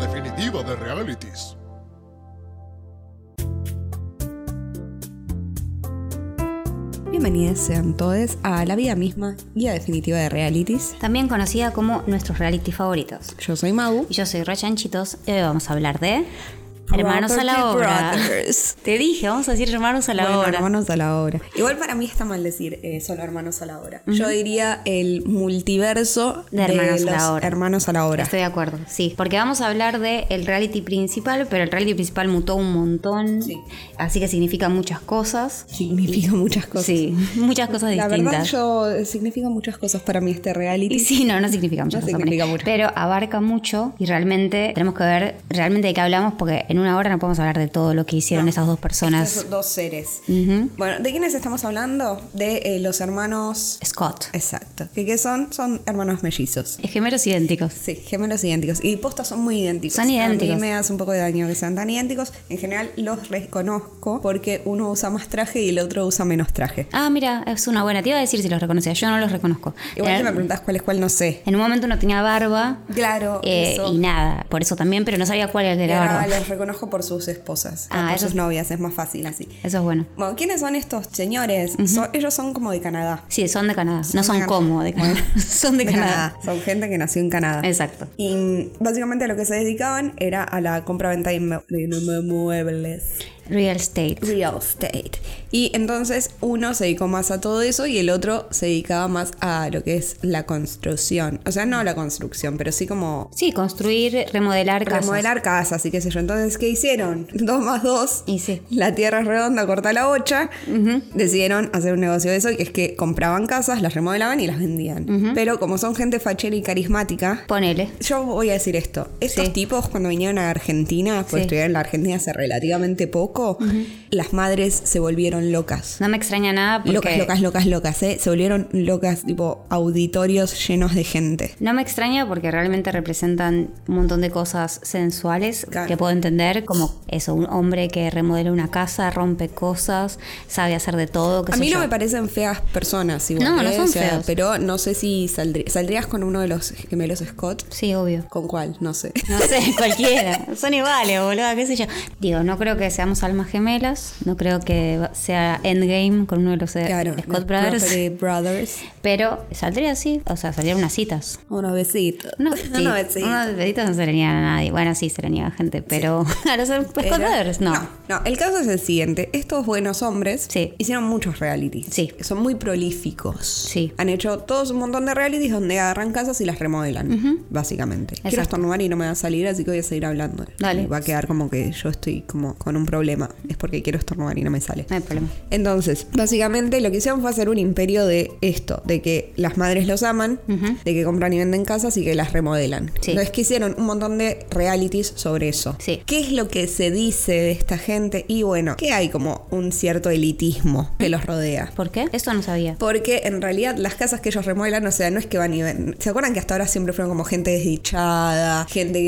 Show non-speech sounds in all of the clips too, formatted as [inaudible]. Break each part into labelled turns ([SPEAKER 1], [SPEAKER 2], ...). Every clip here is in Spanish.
[SPEAKER 1] mundo de realities.
[SPEAKER 2] Bienvenidos sean todos a La Vida Misma, guía definitiva de realities.
[SPEAKER 3] También conocida como nuestros reality favoritos.
[SPEAKER 2] Yo soy Mau.
[SPEAKER 3] Y yo soy Rechanchitos y hoy vamos a hablar de Hermanos a la
[SPEAKER 2] Property
[SPEAKER 3] obra.
[SPEAKER 2] Brothers.
[SPEAKER 3] [laughs] Te dije, vamos a decir hermanos a la
[SPEAKER 2] Bueno,
[SPEAKER 3] obra.
[SPEAKER 2] hermanos a la obra. Igual para mí está mal decir eh, solo hermanos a la obra. Yo diría el multiverso
[SPEAKER 3] De hermanos a la
[SPEAKER 2] los
[SPEAKER 3] obra.
[SPEAKER 2] hermanos a la obra.
[SPEAKER 3] Estoy de acuerdo, sí. Porque vamos a hablar del el reality principal, pero el reality principal mutó un montón.
[SPEAKER 2] Sí.
[SPEAKER 3] Así que significa muchas cosas.
[SPEAKER 2] Significa muchas cosas.
[SPEAKER 3] Sí, [laughs] muchas cosas
[SPEAKER 2] La
[SPEAKER 3] distintas.
[SPEAKER 2] verdad, yo eh, significa muchas cosas para mí este reality.
[SPEAKER 3] Y sí, no, no significa mucho.
[SPEAKER 2] No significa mucho.
[SPEAKER 3] Pero abarca mucho y realmente tenemos que ver realmente de qué hablamos porque en una hora no podemos hablar de todo lo que hicieron esas dos personas.
[SPEAKER 2] Estos dos seres.
[SPEAKER 3] Ujú.
[SPEAKER 2] Bueno, ¿de quiénes estamos hablando? De eh, los hermanos.
[SPEAKER 3] Scott.
[SPEAKER 2] Exacto. ¿Qué, qué son? Son hermanos mellizos.
[SPEAKER 3] Gemelos idénticos.
[SPEAKER 2] Sí, gemelos idénticos. Y postas son muy idénticos.
[SPEAKER 3] Son
[SPEAKER 2] A
[SPEAKER 3] idénticos.
[SPEAKER 2] mí me hace un poco de daño que sean tan idénticos. En general los reconozco porque uno usa más traje y el otro usa menos traje.
[SPEAKER 3] Ah, mira, es una buena. Te iba a decir si los reconocía. Yo no los reconozco.
[SPEAKER 2] Igual si
[SPEAKER 3] Eh,
[SPEAKER 2] me preguntás cuál es cuál, no sé.
[SPEAKER 3] en un momento no tenía barba.
[SPEAKER 2] Claro,
[SPEAKER 3] eh,
[SPEAKER 2] Oh, eso.
[SPEAKER 3] y nada, por eso también, pero no sabía cuál era el de la
[SPEAKER 2] Ah,
[SPEAKER 3] barba.
[SPEAKER 2] los reconozco por sus esposas,
[SPEAKER 3] Ah,
[SPEAKER 2] ah, por
[SPEAKER 3] eso
[SPEAKER 2] sus
[SPEAKER 3] es-
[SPEAKER 2] novias, es más fácil así.
[SPEAKER 3] Eso es bueno.
[SPEAKER 2] Bueno, ¿quiénes son estos señores? Son- ellos son como de Canadá.
[SPEAKER 3] Sí, son de Canadá. no son
[SPEAKER 2] de Canadá.
[SPEAKER 3] como de Canadá. [laughs] son de, Canadá.
[SPEAKER 2] [laughs] Son gente que nació en Canadá.
[SPEAKER 3] Exacto.
[SPEAKER 2] Y básicamente lo que se dedicaban era a la compra-venta de inmue- de inmuebles.
[SPEAKER 3] Real estate.
[SPEAKER 2] real estate. Y entonces uno se dedicó más a todo eso y el otro se dedicaba más a lo que es la construcción. O sea, no la construcción, pero sí como
[SPEAKER 3] Sí, construir, remodelar casas.
[SPEAKER 2] remodelar casas y qué sé yo. Entonces, ¿qué hicieron? [laughs] Dos más dos.
[SPEAKER 3] Y sí.
[SPEAKER 2] La tierra es redonda, corta la bocha. Decidieron hacer un negocio de eso, que es que compraban casas, las remodelaban y las vendían. Pero como son gente fachera y carismática,
[SPEAKER 3] Ponele.
[SPEAKER 2] yo voy a decir esto. Estos
[SPEAKER 3] Sí.
[SPEAKER 2] tipos cuando vinieron a Argentina, pues
[SPEAKER 3] Sí.
[SPEAKER 2] estudiaron en la Argentina hace relativamente poco, las madres se volvieron locas.
[SPEAKER 3] No me extraña nada porque...
[SPEAKER 2] Locas, locas, locas, locas, ¿eh? Se volvieron locas, tipo auditorios llenos de gente.
[SPEAKER 3] No me extraña porque realmente representan un montón de cosas sensuales
[SPEAKER 2] Claro.
[SPEAKER 3] que puedo entender, como eso, un hombre que remodela una casa, rompe cosas, sabe hacer de todo, qué
[SPEAKER 2] A
[SPEAKER 3] sé
[SPEAKER 2] mí
[SPEAKER 3] yo.
[SPEAKER 2] no me parecen feas personas igual.
[SPEAKER 3] No, no
[SPEAKER 2] ¿eh?
[SPEAKER 3] son
[SPEAKER 2] O sea,
[SPEAKER 3] feos.
[SPEAKER 2] Pero no sé si saldrí- saldrías con uno de los gemelos Scott.
[SPEAKER 3] Sí, obvio.
[SPEAKER 2] ¿Con cuál? No sé.
[SPEAKER 3] No sé, [laughs] cualquiera. Son iguales, boludo, qué sé yo. Digo, no creo que seamos almas gemelas, no creo que va- sea Endgame con uno de los eh,
[SPEAKER 2] [laughs] Claro. los
[SPEAKER 3] Scott Brothers,
[SPEAKER 2] Property Brothers.
[SPEAKER 3] pero saldría así, o sea, salieron unas citas.
[SPEAKER 2] Unos [laughs] besitos.
[SPEAKER 3] Unos besitos,
[SPEAKER 2] Unos
[SPEAKER 3] unos
[SPEAKER 2] besitos.
[SPEAKER 3] besitos no se le niegan a nadie. Bueno, sí, se le niega a gente, pero [laughs] a los Scott
[SPEAKER 2] Pero-
[SPEAKER 3] Brothers, Pues no.
[SPEAKER 2] no. el caso es el siguiente. Estos buenos hombres
[SPEAKER 3] Sí.
[SPEAKER 2] hicieron muchos realities.
[SPEAKER 3] Sí.
[SPEAKER 2] Son muy prolíficos.
[SPEAKER 3] Sí.
[SPEAKER 2] Han hecho todos un montón de realities donde agarran casas y las remodelan, básicamente. Quiero
[SPEAKER 3] Exacto.
[SPEAKER 2] estornudar y no me va a salir, así que voy a seguir hablando.
[SPEAKER 3] Dale.
[SPEAKER 2] Y Va a quedar como que yo estoy como con un problema. Es porque quiero estornudar y no me sale.
[SPEAKER 3] No hay problema.
[SPEAKER 2] Entonces, básicamente lo que hicieron fue hacer un imperio de esto, de que las madres los aman, de que compran y venden casas y que las remodelan.
[SPEAKER 3] Sí.
[SPEAKER 2] Entonces, que hicieron un montón de realities sobre eso.
[SPEAKER 3] Sí.
[SPEAKER 2] ¿Qué es lo que se dice de esta gente? Y bueno, que hay como un cierto elitismo que los rodea.
[SPEAKER 3] ¿Por qué? Esto no sabía.
[SPEAKER 2] Porque en realidad las casas que ellos remodelan, o sea, no es que van y ven. ¿Se acuerdan que hasta ahora siempre fueron como gente desdichada, gente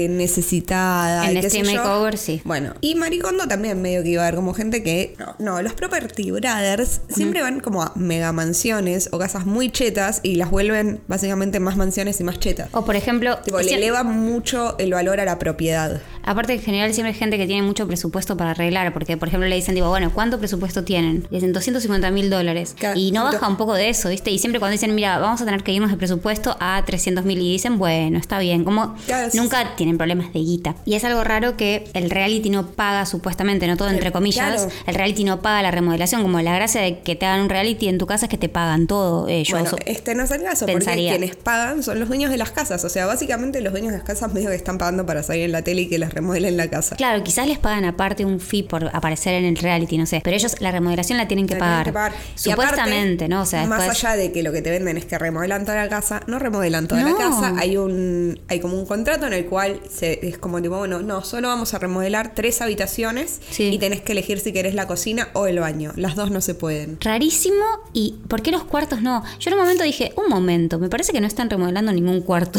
[SPEAKER 2] necesitada?
[SPEAKER 3] En
[SPEAKER 2] y qué sé
[SPEAKER 3] este
[SPEAKER 2] yo?
[SPEAKER 3] makeover, sí.
[SPEAKER 2] Bueno, y Maricondo también medio que iba a haber como gente que. No, no, los Property Brothers siempre van como a mega mansiones o casas muy chetas y las vuelven básicamente más mansiones y más chetas.
[SPEAKER 3] O por ejemplo,
[SPEAKER 2] Tipo, le
[SPEAKER 3] si-
[SPEAKER 2] eleva mucho el valor a la propiedad.
[SPEAKER 3] aparte en general siempre hay gente que tiene mucho presupuesto para arreglar, porque por ejemplo le dicen, digo, bueno, ¿cuánto presupuesto tienen? Le dicen 250 mil dólares.
[SPEAKER 2] Claro,
[SPEAKER 3] Y no
[SPEAKER 2] justo.
[SPEAKER 3] baja un poco de eso, ¿viste? Y siempre cuando dicen, mira, vamos a tener que irnos de presupuesto a 300 mil y dicen, bueno, está bien, como
[SPEAKER 2] Claro, sí,
[SPEAKER 3] nunca tienen problemas de guita. Y es algo raro que el reality no paga supuestamente, no todo entre comillas,
[SPEAKER 2] Eh, claro.
[SPEAKER 3] el reality no paga la remodelación, como la gracia de que te hagan un reality en tu casa es que te pagan todo. eh, yo
[SPEAKER 2] Bueno,
[SPEAKER 3] so-
[SPEAKER 2] este no es el caso,
[SPEAKER 3] pensaría.
[SPEAKER 2] porque quienes pagan son los dueños de las casas. O sea, básicamente los dueños de las casas medio que están pagando para salir en la tele y que les remodelen la casa.
[SPEAKER 3] Claro, quizás les pagan aparte un fee por aparecer en el reality, no sé. Pero ellos la remodelación la tienen que,
[SPEAKER 2] La
[SPEAKER 3] pagar.
[SPEAKER 2] tienen que pagar. Y aparte,
[SPEAKER 3] Supuestamente, ¿no? O sea,
[SPEAKER 2] más
[SPEAKER 3] después-
[SPEAKER 2] allá de que lo que te venden es que remodelan toda la casa, no remodelan toda la
[SPEAKER 3] No.
[SPEAKER 2] casa, hay un hay como un contrato en el cual se, es como tipo, bueno, no, solo vamos a remodelar tres habitaciones
[SPEAKER 3] Sí.
[SPEAKER 2] y tenés que elegir si querés la cocina o el baño. Las dos no se pueden.
[SPEAKER 3] Rarísimo. ¿Y por qué los cuartos no? Yo en un momento dije, un momento, [laughs] me parece [laughs] que no están remodelando ningún cuarto.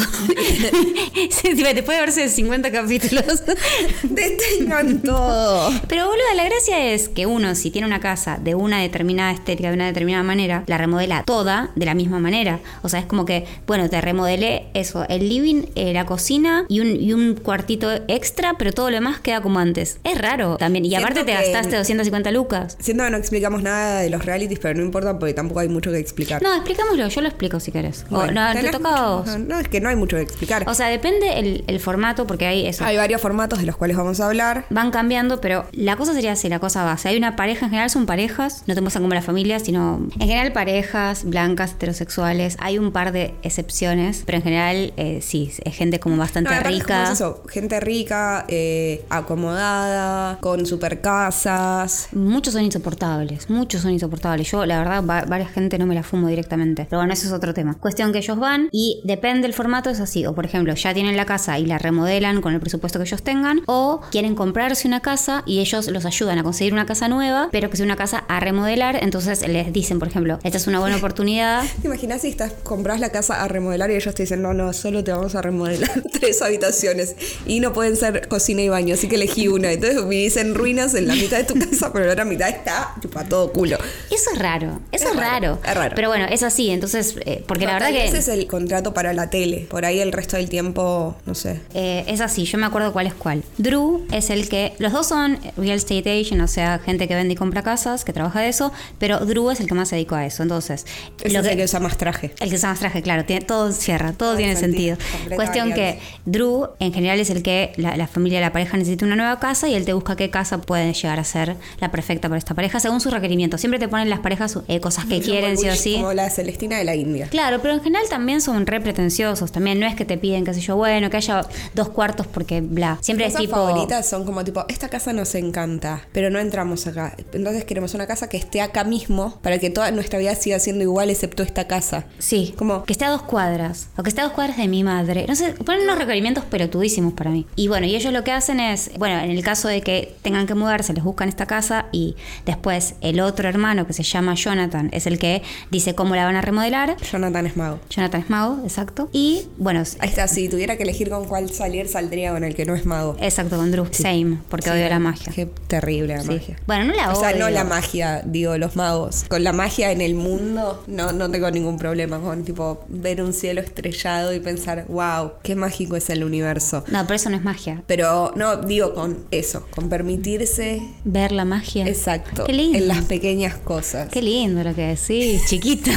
[SPEAKER 3] Sí, Después de verse 50 capítulos,
[SPEAKER 2] [laughs] Detengan todo.
[SPEAKER 3] Pero boluda, la gracia es que uno, si tiene una casa de una determinada estética, de una determinada manera, la remodela toda de la misma manera. O sea, es como que, bueno, te remodelé eso, el living, eh, la cocina y un, y un cuartito extra, pero todo lo demás queda como antes. Es raro también. Y
[SPEAKER 2] Siento
[SPEAKER 3] aparte te
[SPEAKER 2] que-
[SPEAKER 3] gastaste 250 lucas.
[SPEAKER 2] Siento que no explicamos nada de los realities, pero no importa porque tampoco hay mucho que explicar.
[SPEAKER 3] No, explícamoslo, yo lo explico si querés. O,
[SPEAKER 2] Bueno,
[SPEAKER 3] no, te
[SPEAKER 2] tenés
[SPEAKER 3] toca a
[SPEAKER 2] mucho-
[SPEAKER 3] vos.
[SPEAKER 2] No, es que no hay mucho que explicar.
[SPEAKER 3] O sea, depende el, el formato, porque hay eso.
[SPEAKER 2] hay varios formatos de los cuales vamos a hablar.
[SPEAKER 3] Van cambiando, pero la cosa sería así, la cosa va. Si hay una pareja, en general son parejas, no te muestran como la familia, sino en general parejas blancas, heterosexuales. Hay un par de excepciones, pero en general eh, sí, es gente como
[SPEAKER 2] No,
[SPEAKER 3] bastante
[SPEAKER 2] aparte es como
[SPEAKER 3] rica.
[SPEAKER 2] eso, gente rica, eh, acomodada, con super casas.
[SPEAKER 3] Muchos son insoportables, muchos son insoportables. Yo, la verdad, va- varias gente no me la fumo directamente. Pero bueno, eso es otro tema. Cuestión que ellos van y depende del formato, es así. O por ejemplo, ya tienen la casa y la remodelan con el presupuesto que ellos tengan. O quieren comprarse una casa y ellos los ayudan a conseguir una casa nueva, pero que sea una casa a remodelar. Entonces les dicen, por ejemplo, esta es una buena oportunidad.
[SPEAKER 2] [laughs] ¿Te imaginas si estás, compras la casa a remodelar y ellos te dicen, no, no, solo te vamos a remodelar [laughs] tres habitaciones y no pueden ser cocina y baño, así que elegí una. Entonces vivís en ruinas en la mitad de tu casa, pero la otra mitad está para todo culo.
[SPEAKER 3] Eso es raro, eso
[SPEAKER 2] Es
[SPEAKER 3] es,
[SPEAKER 2] raro,
[SPEAKER 3] raro,
[SPEAKER 2] es raro.
[SPEAKER 3] Pero bueno, es así. Entonces, eh, porque la
[SPEAKER 2] Total,
[SPEAKER 3] verdad que.
[SPEAKER 2] Ese es el contrato para la tele. Por ahí el resto del tiempo, no sé.
[SPEAKER 3] Eh, es así, yo me acuerdo cuál es cuál. Drew es el que. Los dos son real estate agent, o sea, gente que vende y compra casas, que trabaja de eso, pero Drew es el que más se dedicó a eso. Entonces,
[SPEAKER 2] Ese
[SPEAKER 3] lo
[SPEAKER 2] es el que
[SPEAKER 3] que.
[SPEAKER 2] usa más traje.
[SPEAKER 3] El que se más traje, claro, tiene- todo cierra, todo
[SPEAKER 2] Todo
[SPEAKER 3] tiene
[SPEAKER 2] sentido,
[SPEAKER 3] sentido.
[SPEAKER 2] completa
[SPEAKER 3] Cuestión que
[SPEAKER 2] variable.
[SPEAKER 3] Drew en general es el que la, la familia, la pareja necesita una nueva casa y él te busca qué casa puede llegar a ser la perfecta para esta pareja según sus requerimientos. Siempre te ponen las parejas eh, cosas que quieren, sí o sí.
[SPEAKER 2] Como la Celestina de la India.
[SPEAKER 3] Claro, pero en general también son re pretenciosos. También no es que te piden, qué sé yo, bueno, que haya dos cuartos porque bla. Siempre es
[SPEAKER 2] Cosas
[SPEAKER 3] tipo.
[SPEAKER 2] favoritas son como tipo, esta casa nos encanta, pero no entramos acá. Entonces queremos una casa que esté acá mismo para que toda nuestra vida siga siendo igual excepto esta casa.
[SPEAKER 3] Sí,
[SPEAKER 2] Como-
[SPEAKER 3] como que esté a dos cuadras, o que esté a dos cuadras de mi madre. No sé, ponen unos requerimientos pelotudísimos para mí. Y bueno, y ellos lo que hacen es, bueno, en el caso de que tengan que mudarse, les buscan esta casa y después el otro hermano que se llama Jonathan es el que dice cómo la van a remodelar.
[SPEAKER 2] Jonathan es mago.
[SPEAKER 3] Jonathan es mago, exacto. Y bueno,
[SPEAKER 2] Ahí está, si tuviera que elegir con cuál salir, saldría con el que no es mago.
[SPEAKER 3] exacto, con Drew, same, porque odio la magia.
[SPEAKER 2] Qué terrible la
[SPEAKER 3] Sí.
[SPEAKER 2] magia.
[SPEAKER 3] Bueno, no la
[SPEAKER 2] O sea, no
[SPEAKER 3] odio.
[SPEAKER 2] la magia, digo, los magos. Con la magia en el mundo no, no tengo ningún problema con, tipo, ver un cielo estrellado y pensar, wow, qué mágico es el universo.
[SPEAKER 3] No, pero eso no es magia.
[SPEAKER 2] Pero no, digo con eso, con permitirse,
[SPEAKER 3] Ver la magia.
[SPEAKER 2] exacto,
[SPEAKER 3] Qué lindo.
[SPEAKER 2] en las pequeñas cosas.
[SPEAKER 3] Qué lindo lo
[SPEAKER 2] [laughs]
[SPEAKER 3] que decís, chiquita.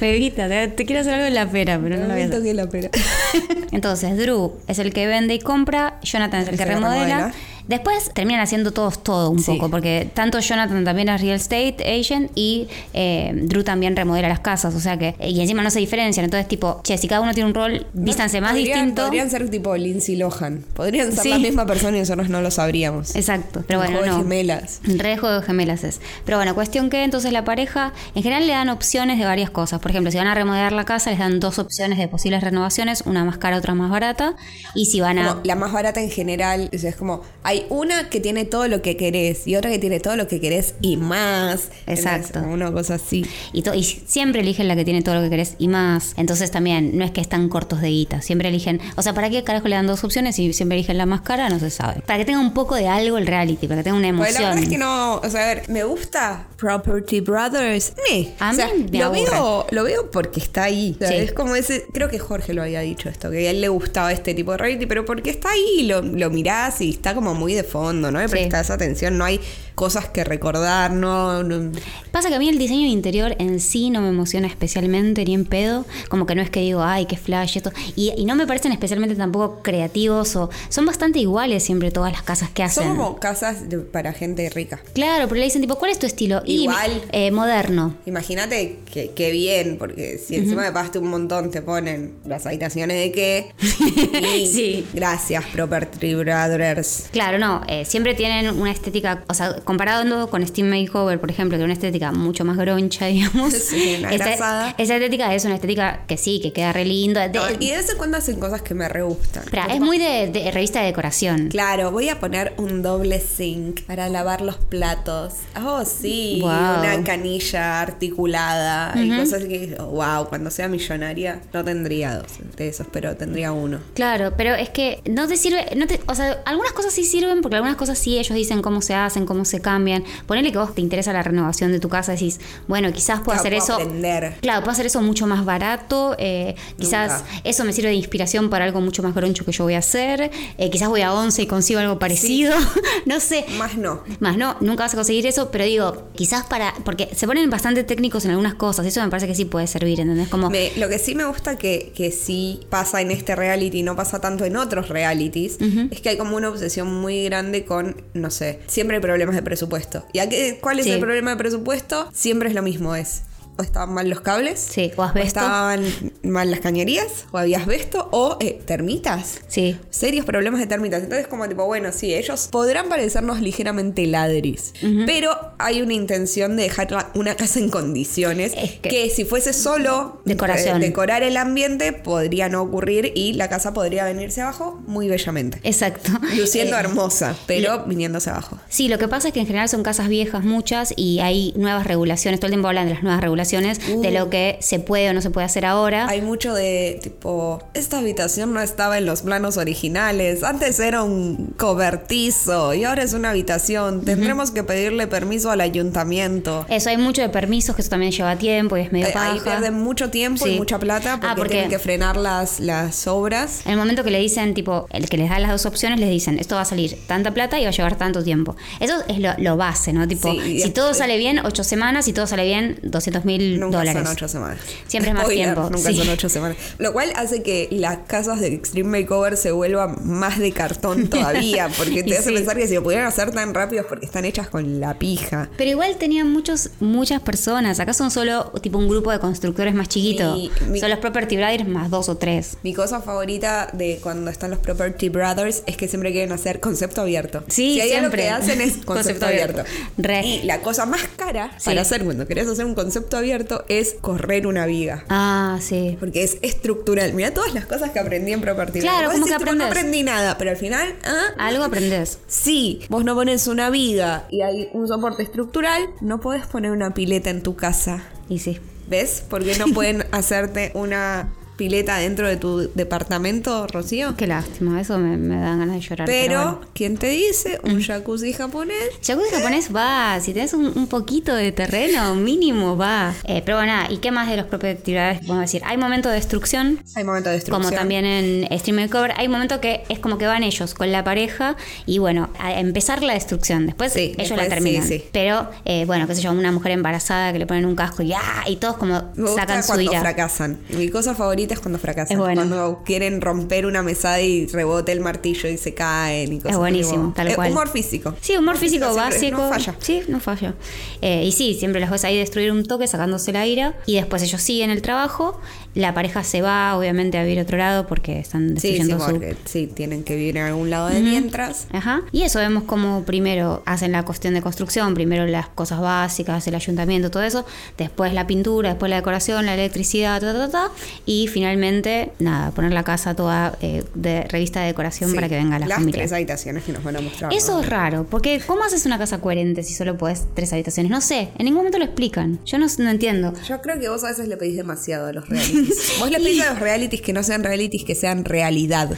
[SPEAKER 3] Bebita, te, te quiero hacer algo en la pera, pero no lo voy a
[SPEAKER 2] No
[SPEAKER 3] hacer.
[SPEAKER 2] toqué la
[SPEAKER 3] [laughs]
[SPEAKER 2] pera.
[SPEAKER 3] Entonces, Drew es el que vende y compra, Jonathan es el
[SPEAKER 2] Se
[SPEAKER 3] que
[SPEAKER 2] remodela.
[SPEAKER 3] remodela. Después terminan haciendo todos todo un
[SPEAKER 2] Sí.
[SPEAKER 3] poco, porque tanto Jonathan también es real estate agent y eh, Drew también remodela las casas, o sea que, y encima no se diferencian, entonces tipo, che, si cada uno tiene un rol, vístanse más
[SPEAKER 2] Podrían-
[SPEAKER 3] distinto.
[SPEAKER 2] Podrían ser tipo Lindsay Lohan. Podrían ser
[SPEAKER 3] Sí.
[SPEAKER 2] la misma persona y nosotros no lo sabríamos.
[SPEAKER 3] Exacto, pero
[SPEAKER 2] Un
[SPEAKER 3] bueno,
[SPEAKER 2] juego de
[SPEAKER 3] no.
[SPEAKER 2] gemelas.
[SPEAKER 3] Re juego de gemelas es. Pero bueno, cuestión que entonces la pareja en general le dan opciones de varias cosas. Por ejemplo, si van a remodelar la casa, les dan dos opciones de posibles renovaciones, una más cara, otra más barata. Y si van a.
[SPEAKER 2] Como la más barata en general. o sea, es como, hay una que tiene todo lo que querés y otra que tiene todo lo que querés y más. Entonces,
[SPEAKER 3] Exacto.
[SPEAKER 2] como una cosa así.
[SPEAKER 3] Y, to- y siempre eligen la que tiene todo lo que querés y más. Entonces también no es que están cortos de guita. Siempre eligen. O sea, ¿para qué carajo le dan dos opciones si siempre eligen la más cara? No se sabe. Para que tenga un poco de algo el reality, para que tenga una
[SPEAKER 2] Pues
[SPEAKER 3] emoción.
[SPEAKER 2] la verdad es que no, o sea, a ver, me gusta Property Brothers. Meh.
[SPEAKER 3] A
[SPEAKER 2] o sea,
[SPEAKER 3] mí me
[SPEAKER 2] lo
[SPEAKER 3] aburre.
[SPEAKER 2] veo, lo veo porque está ahí. O sea,
[SPEAKER 3] Sí.
[SPEAKER 2] Es como ese, creo que Jorge lo había dicho esto, que a él le gustaba este tipo de reality, pero porque está ahí, lo, lo mirás y está como muy de fondo, no le
[SPEAKER 3] Sí.
[SPEAKER 2] prestás atención, no hay cosas que recordar, no, no-
[SPEAKER 3] Pasa que a mí el diseño de interior en sí no me emociona especialmente ni en pedo. Como que no es que digo, ay, qué flash esto. Y, y no me parecen especialmente tampoco creativos o. Son bastante iguales siempre todas las casas que hacen.
[SPEAKER 2] son como casas de- para gente rica.
[SPEAKER 3] Claro, pero le dicen tipo, ¿cuál es tu estilo? Y,
[SPEAKER 2] Igual.
[SPEAKER 3] eh, moderno.
[SPEAKER 2] Imagínate que, que bien, porque si encima me pagaste un montón, te ponen las habitaciones de
[SPEAKER 3] [laughs]
[SPEAKER 2] qué. Y
[SPEAKER 3] Sí.
[SPEAKER 2] Gracias, Property Brothers.
[SPEAKER 3] Claro, no, eh, siempre tienen una estética, o sea, comparado con Steam Makeover, por ejemplo, que era una estética mucho más groncha, [laughs] digamos.
[SPEAKER 2] Sí, una grasada.
[SPEAKER 3] esa, esa estética es una estética que sí, que queda re lindo. De-
[SPEAKER 2] No, y de vez en cuando hacen cosas que me re gustan.
[SPEAKER 3] Espera, es muy de, de revista de decoración.
[SPEAKER 2] Claro, voy a poner un doble zinc para lavar los platos. Oh, sí. y
[SPEAKER 3] Guau.
[SPEAKER 2] una canilla articulada y cosas que, wow, cuando sea millonaria no tendría dos de esos, pero tendría uno.
[SPEAKER 3] Claro, pero es que no te sirve, no te, o sea, algunas cosas sí sirven porque algunas cosas sí ellos dicen cómo se hacen, cómo se cambian. Ponele que vos te interesa la renovación de tu casa, decís, bueno, quizás puedo
[SPEAKER 2] Claro,
[SPEAKER 3] hacer
[SPEAKER 2] puedo
[SPEAKER 3] eso.
[SPEAKER 2] aprender.
[SPEAKER 3] Claro, puedo hacer eso mucho más barato, eh, quizás
[SPEAKER 2] Nunca.
[SPEAKER 3] eso me sirve de inspiración para algo mucho más groncho que yo voy a hacer, eh, quizás voy a 11 y consigo algo parecido, [laughs] no sé.
[SPEAKER 2] Más no.
[SPEAKER 3] Más no, nunca vas a conseguir eso, pero digo, quizás para. Porque se ponen bastante técnicos en algunas cosas, eso me parece que sí puede servir, ¿entendés? Como.
[SPEAKER 2] Me- lo que sí me gusta que, que sí pasa en este reality y no pasa tanto en otros realities, es que hay como una obsesión muy grande con, no sé, siempre hay problemas de presupuesto. ¿Y a qué- cuál es
[SPEAKER 3] Sí.
[SPEAKER 2] el problema de presupuesto? Siempre es lo mismo, es o estaban mal los cables,
[SPEAKER 3] Sí, o asbesto.
[SPEAKER 2] estaban mal las cañerías, o había asbesto, o eh, termitas.
[SPEAKER 3] Sí.
[SPEAKER 2] Serios problemas de termitas. Entonces, como tipo, bueno, sí, ellos podrán parecernos ligeramente ladris, pero hay una intención de dejar la- una casa en condiciones
[SPEAKER 3] Es
[SPEAKER 2] que
[SPEAKER 3] que-
[SPEAKER 2] que si fuese solo
[SPEAKER 3] Decoración.
[SPEAKER 2] eh, decorar el ambiente podría no ocurrir y la casa podría venirse abajo muy bellamente. [laughs]
[SPEAKER 3] Exacto.
[SPEAKER 2] Luciendo
[SPEAKER 3] Eh,
[SPEAKER 2] hermosa, pero viniéndose abajo.
[SPEAKER 3] Sí, lo que pasa es que en general son casas viejas muchas y hay nuevas regulaciones. Todo el tiempo hablan de las nuevas regulaciones, de
[SPEAKER 2] Uh.
[SPEAKER 3] lo que se puede o no se puede hacer ahora.
[SPEAKER 2] Hay mucho de tipo, esta habitación no estaba en los planos originales, antes era un cobertizo y ahora es una habitación, tendremos que pedirle permiso al ayuntamiento.
[SPEAKER 3] Eso, hay mucho de permisos, que eso también lleva tiempo y es medio
[SPEAKER 2] Eh, Ahí
[SPEAKER 3] paja.
[SPEAKER 2] pierden mucho tiempo
[SPEAKER 3] Sí.
[SPEAKER 2] y mucha plata
[SPEAKER 3] Ah,
[SPEAKER 2] porque,
[SPEAKER 3] porque-
[SPEAKER 2] tienen que frenar las, las obras.
[SPEAKER 3] En el momento que le dicen, tipo, el que les da las dos opciones, les dicen, esto va a salir tanta plata y va a llevar tanto tiempo. Eso es lo, lo base, ¿no? Tipo,
[SPEAKER 2] Sí, y
[SPEAKER 3] si
[SPEAKER 2] después-
[SPEAKER 3] todo sale bien, ocho semanas, si todo sale bien, 200 mil
[SPEAKER 2] Nunca
[SPEAKER 3] dólares.
[SPEAKER 2] son ocho semanas.
[SPEAKER 3] Siempre es más tiempo,
[SPEAKER 2] Nunca
[SPEAKER 3] sí.
[SPEAKER 2] son ocho semanas. Lo cual hace que las casas de Extreme Makeover se vuelvan más de
[SPEAKER 3] [laughs]
[SPEAKER 2] cartón todavía, porque
[SPEAKER 3] Y
[SPEAKER 2] te hace
[SPEAKER 3] sí.
[SPEAKER 2] pensar que si lo pudieran hacer tan rápido es porque están hechas con la pija.
[SPEAKER 3] Pero igual tenían muchos, muchas personas. Acá son solo tipo un grupo de constructores más chiquito.
[SPEAKER 2] Mi- mi-
[SPEAKER 3] Son los property brothers más dos o tres.
[SPEAKER 2] Mi cosa favorita de cuando están los Property Brothers es que siempre quieren hacer concepto abierto.
[SPEAKER 3] Sí,
[SPEAKER 2] si hay algo
[SPEAKER 3] siempre.
[SPEAKER 2] que hacen es concepto,
[SPEAKER 3] [laughs] Concepto abierto.
[SPEAKER 2] abierto.
[SPEAKER 3] Re.
[SPEAKER 2] Y la cosa más cara
[SPEAKER 3] Sí.
[SPEAKER 2] para hacer cuando querés hacer un concepto abierto es correr una viga.
[SPEAKER 3] Ah, sí.
[SPEAKER 2] Porque es estructural. Mira todas las cosas que aprendí en Property
[SPEAKER 3] Claro,
[SPEAKER 2] Brothers.
[SPEAKER 3] como
[SPEAKER 2] Vos
[SPEAKER 3] que
[SPEAKER 2] decís, tipo, No
[SPEAKER 3] aprendés.
[SPEAKER 2] aprendí nada, pero al final... ah,
[SPEAKER 3] Algo aprendes.
[SPEAKER 2] Si vos no pones una viga y hay un soporte estructural, no podés poner una pileta en tu casa.
[SPEAKER 3] Y sí.
[SPEAKER 2] ¿Ves? Porque
[SPEAKER 3] [laughs]
[SPEAKER 2] no pueden hacerte una pileta dentro de tu departamento, Rocío.
[SPEAKER 3] Qué lástima, eso me, me da ganas de llorar.
[SPEAKER 2] Pero, ¿quién te dice? Un
[SPEAKER 3] Mm.
[SPEAKER 2] jacuzzi japonés.
[SPEAKER 3] Jacuzzi japonés va, si tenés un, un poquito de terreno, mínimo va. Eh, pero bueno, nada, ¿y qué más de los property brothers podemos decir? Hay momento de destrucción,
[SPEAKER 2] Hay momento de destrucción.
[SPEAKER 3] Como también en Stream Cover, hay un momento que es como que van ellos con la pareja y bueno, a empezar la destrucción. Después
[SPEAKER 2] Sí,
[SPEAKER 3] ellos
[SPEAKER 2] después,
[SPEAKER 3] la terminan.
[SPEAKER 2] sí, sí.
[SPEAKER 3] Pero eh, bueno, qué sé yo, una mujer embarazada que le ponen un casco y ¡ah! y todos como
[SPEAKER 2] Me gusta
[SPEAKER 3] sacan su
[SPEAKER 2] cuando
[SPEAKER 3] ira.
[SPEAKER 2] fracasan. Mi cosa favorita es cuando fracasan.
[SPEAKER 3] Es bueno.
[SPEAKER 2] Cuando quieren romper una mesada y rebote el martillo y se caen y cosas
[SPEAKER 3] Es buenísimo,
[SPEAKER 2] tipo-
[SPEAKER 3] tal
[SPEAKER 2] Eh,
[SPEAKER 3] cual.
[SPEAKER 2] Humor físico.
[SPEAKER 3] Sí, humor físico
[SPEAKER 2] siempre,
[SPEAKER 3] básico.
[SPEAKER 2] no falla.
[SPEAKER 3] Sí, no falla. Eh, y sí, siempre los ves ahí destruir un toque sacándose la ira. Y después ellos siguen el trabajo. La pareja se va, obviamente, a vivir a otro lado porque están
[SPEAKER 2] Sí, sí,
[SPEAKER 3] destruyendo su
[SPEAKER 2] porque, sí, tienen que vivir en algún lado de mientras.
[SPEAKER 3] Ajá. Y eso vemos como primero hacen la cuestión de construcción, primero las cosas básicas, el ayuntamiento, todo eso, después la pintura, después la decoración, la electricidad, ta, ta, ta, y finalmente, nada, poner la casa toda eh, de revista de decoración
[SPEAKER 2] Sí,
[SPEAKER 3] para que venga la
[SPEAKER 2] las
[SPEAKER 3] familia.
[SPEAKER 2] tres habitaciones que nos van a mostrar.
[SPEAKER 3] Eso
[SPEAKER 2] ¿no?
[SPEAKER 3] es raro, porque ¿cómo haces una casa coherente si solo podés tres habitaciones? No sé, en ningún momento lo explican. Yo no, no entiendo.
[SPEAKER 2] Yo creo que vos a veces le pedís demasiado a los
[SPEAKER 3] [laughs]
[SPEAKER 2] realities. Vos le pedís a los realities que no sean realities, que sean realidad.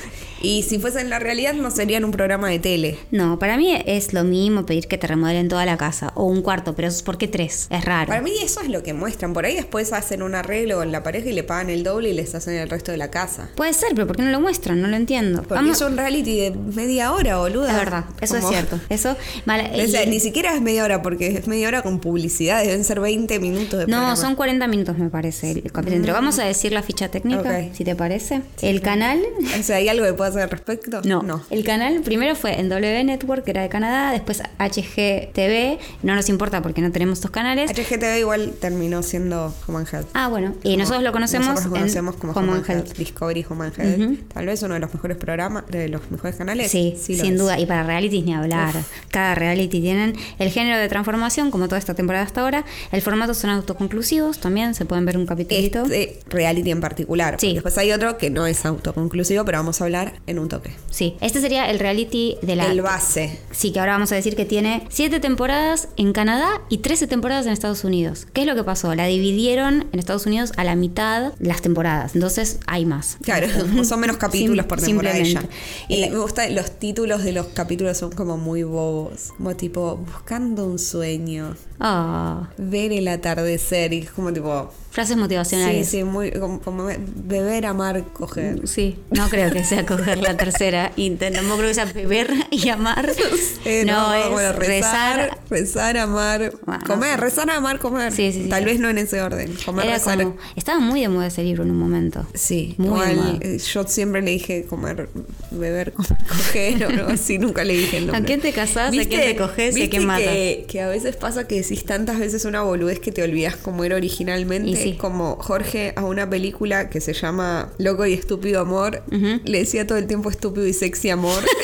[SPEAKER 2] Y si fuesen la realidad, no serían un programa de tele.
[SPEAKER 3] No, para mí es lo mismo pedir que te remodelen toda la casa o un cuarto, pero eso es porque tres, es raro.
[SPEAKER 2] Para mí eso es lo que muestran. Por ahí después hacen un arreglo con la pareja y le pagan el doble y les hacen el resto de la casa.
[SPEAKER 3] Puede ser, pero ¿por qué no lo muestran? No lo entiendo.
[SPEAKER 2] Porque
[SPEAKER 3] Vamos-
[SPEAKER 2] es un reality de media hora, boluda.
[SPEAKER 3] Es verdad, eso es
[SPEAKER 2] Como-
[SPEAKER 3] cierto. Eso, mala-
[SPEAKER 2] [laughs] O sea,
[SPEAKER 3] y-
[SPEAKER 2] ni siquiera es media hora, porque es media hora con publicidad, deben ser 20 minutos de
[SPEAKER 3] no,
[SPEAKER 2] programa.
[SPEAKER 3] son 40 minutos me parece el capítulo entero. Vamos a decir la ficha técnica,
[SPEAKER 2] Mm. Ok.
[SPEAKER 3] si te parece. el canal...
[SPEAKER 2] [laughs] O sea, ¿hay algo que pueda hacer al respecto?
[SPEAKER 3] No. el canal primero fue en W Network, que era de Canadá, después HGTV, no nos importa porque no tenemos estos canales.
[SPEAKER 2] HGTV igual terminó siendo Human Health.
[SPEAKER 3] Ah, bueno, y nosotros lo conocemos,
[SPEAKER 2] Nosotros lo
[SPEAKER 3] en
[SPEAKER 2] conocemos vimos como,
[SPEAKER 3] Home and
[SPEAKER 2] Home and
[SPEAKER 3] Health.
[SPEAKER 2] Health, Discovery Home and Health. Tal vez uno de los mejores programas, de los mejores canales.
[SPEAKER 3] Sí,
[SPEAKER 2] lo
[SPEAKER 3] sin
[SPEAKER 2] es.
[SPEAKER 3] duda. Y para realities ni hablar. Cada reality tienen el género de transformación, como toda esta temporada hasta ahora. El formato son autoconclusivos, también se pueden ver un capitulito.
[SPEAKER 2] Este reality en particular.
[SPEAKER 3] Sí.
[SPEAKER 2] porque Después hay otro que no es autoconclusivo, pero vamos a hablar en un toque.
[SPEAKER 3] Sí, este sería el reality de la...
[SPEAKER 2] El base.
[SPEAKER 3] Sí, que ahora vamos a decir que tiene siete temporadas en Canadá y 13 temporadas en Estados Unidos. ¿Qué es lo que pasó? La dividieron en Estados Unidos a la mitad las temporadas. Entonces hay más. Este,
[SPEAKER 2] Claro, [laughs] son menos capítulos
[SPEAKER 3] Sim-
[SPEAKER 2] por temporada ella.
[SPEAKER 3] simplemente. Eh,
[SPEAKER 2] Y me gusta, los títulos de los capítulos son como muy bobos. Como tipo, buscando un sueño,
[SPEAKER 3] Ah,
[SPEAKER 2] ver el atardecer. Y es como tipo,
[SPEAKER 3] frases
[SPEAKER 2] sí,
[SPEAKER 3] motivacionales.
[SPEAKER 2] sí, muy, como, como beber, amar, coger.
[SPEAKER 3] Sí, no creo que sea coger la tercera. Y te- tampoco creo que sea beber y amar.
[SPEAKER 2] [laughs] Eh,
[SPEAKER 3] no, es
[SPEAKER 2] bueno,
[SPEAKER 3] rezar.
[SPEAKER 2] rezar, rezar, amar,
[SPEAKER 3] Bueno, no
[SPEAKER 2] comer,
[SPEAKER 3] sé.
[SPEAKER 2] rezar, amar, comer.
[SPEAKER 3] Sí, sí, sí.
[SPEAKER 2] Tal vez no en ese orden. Comer,
[SPEAKER 3] Era
[SPEAKER 2] rezar.
[SPEAKER 3] como- estaba muy de moda ese libro en un momento.
[SPEAKER 2] Sí,
[SPEAKER 3] Muy
[SPEAKER 2] igual,
[SPEAKER 3] de moda.
[SPEAKER 2] eh, yo siempre le dije comer, beber, comer, [laughs] coger o algo así, nunca le dije el nombre.
[SPEAKER 3] ¿A quién te casás? ¿A quién
[SPEAKER 2] ¿Viste-
[SPEAKER 3] te cogés? ¿Y a
[SPEAKER 2] viste
[SPEAKER 3] quién matas?
[SPEAKER 2] Que, que a veces pasa que decís tantas veces una boludez que te olvidas como era originalmente.
[SPEAKER 3] Y sí.
[SPEAKER 2] Como Jorge a una película que se llama Loco y Estúpido Amor, le decía todo el tiempo estúpido y sexy
[SPEAKER 3] [laughs]
[SPEAKER 2] amor. [laughs]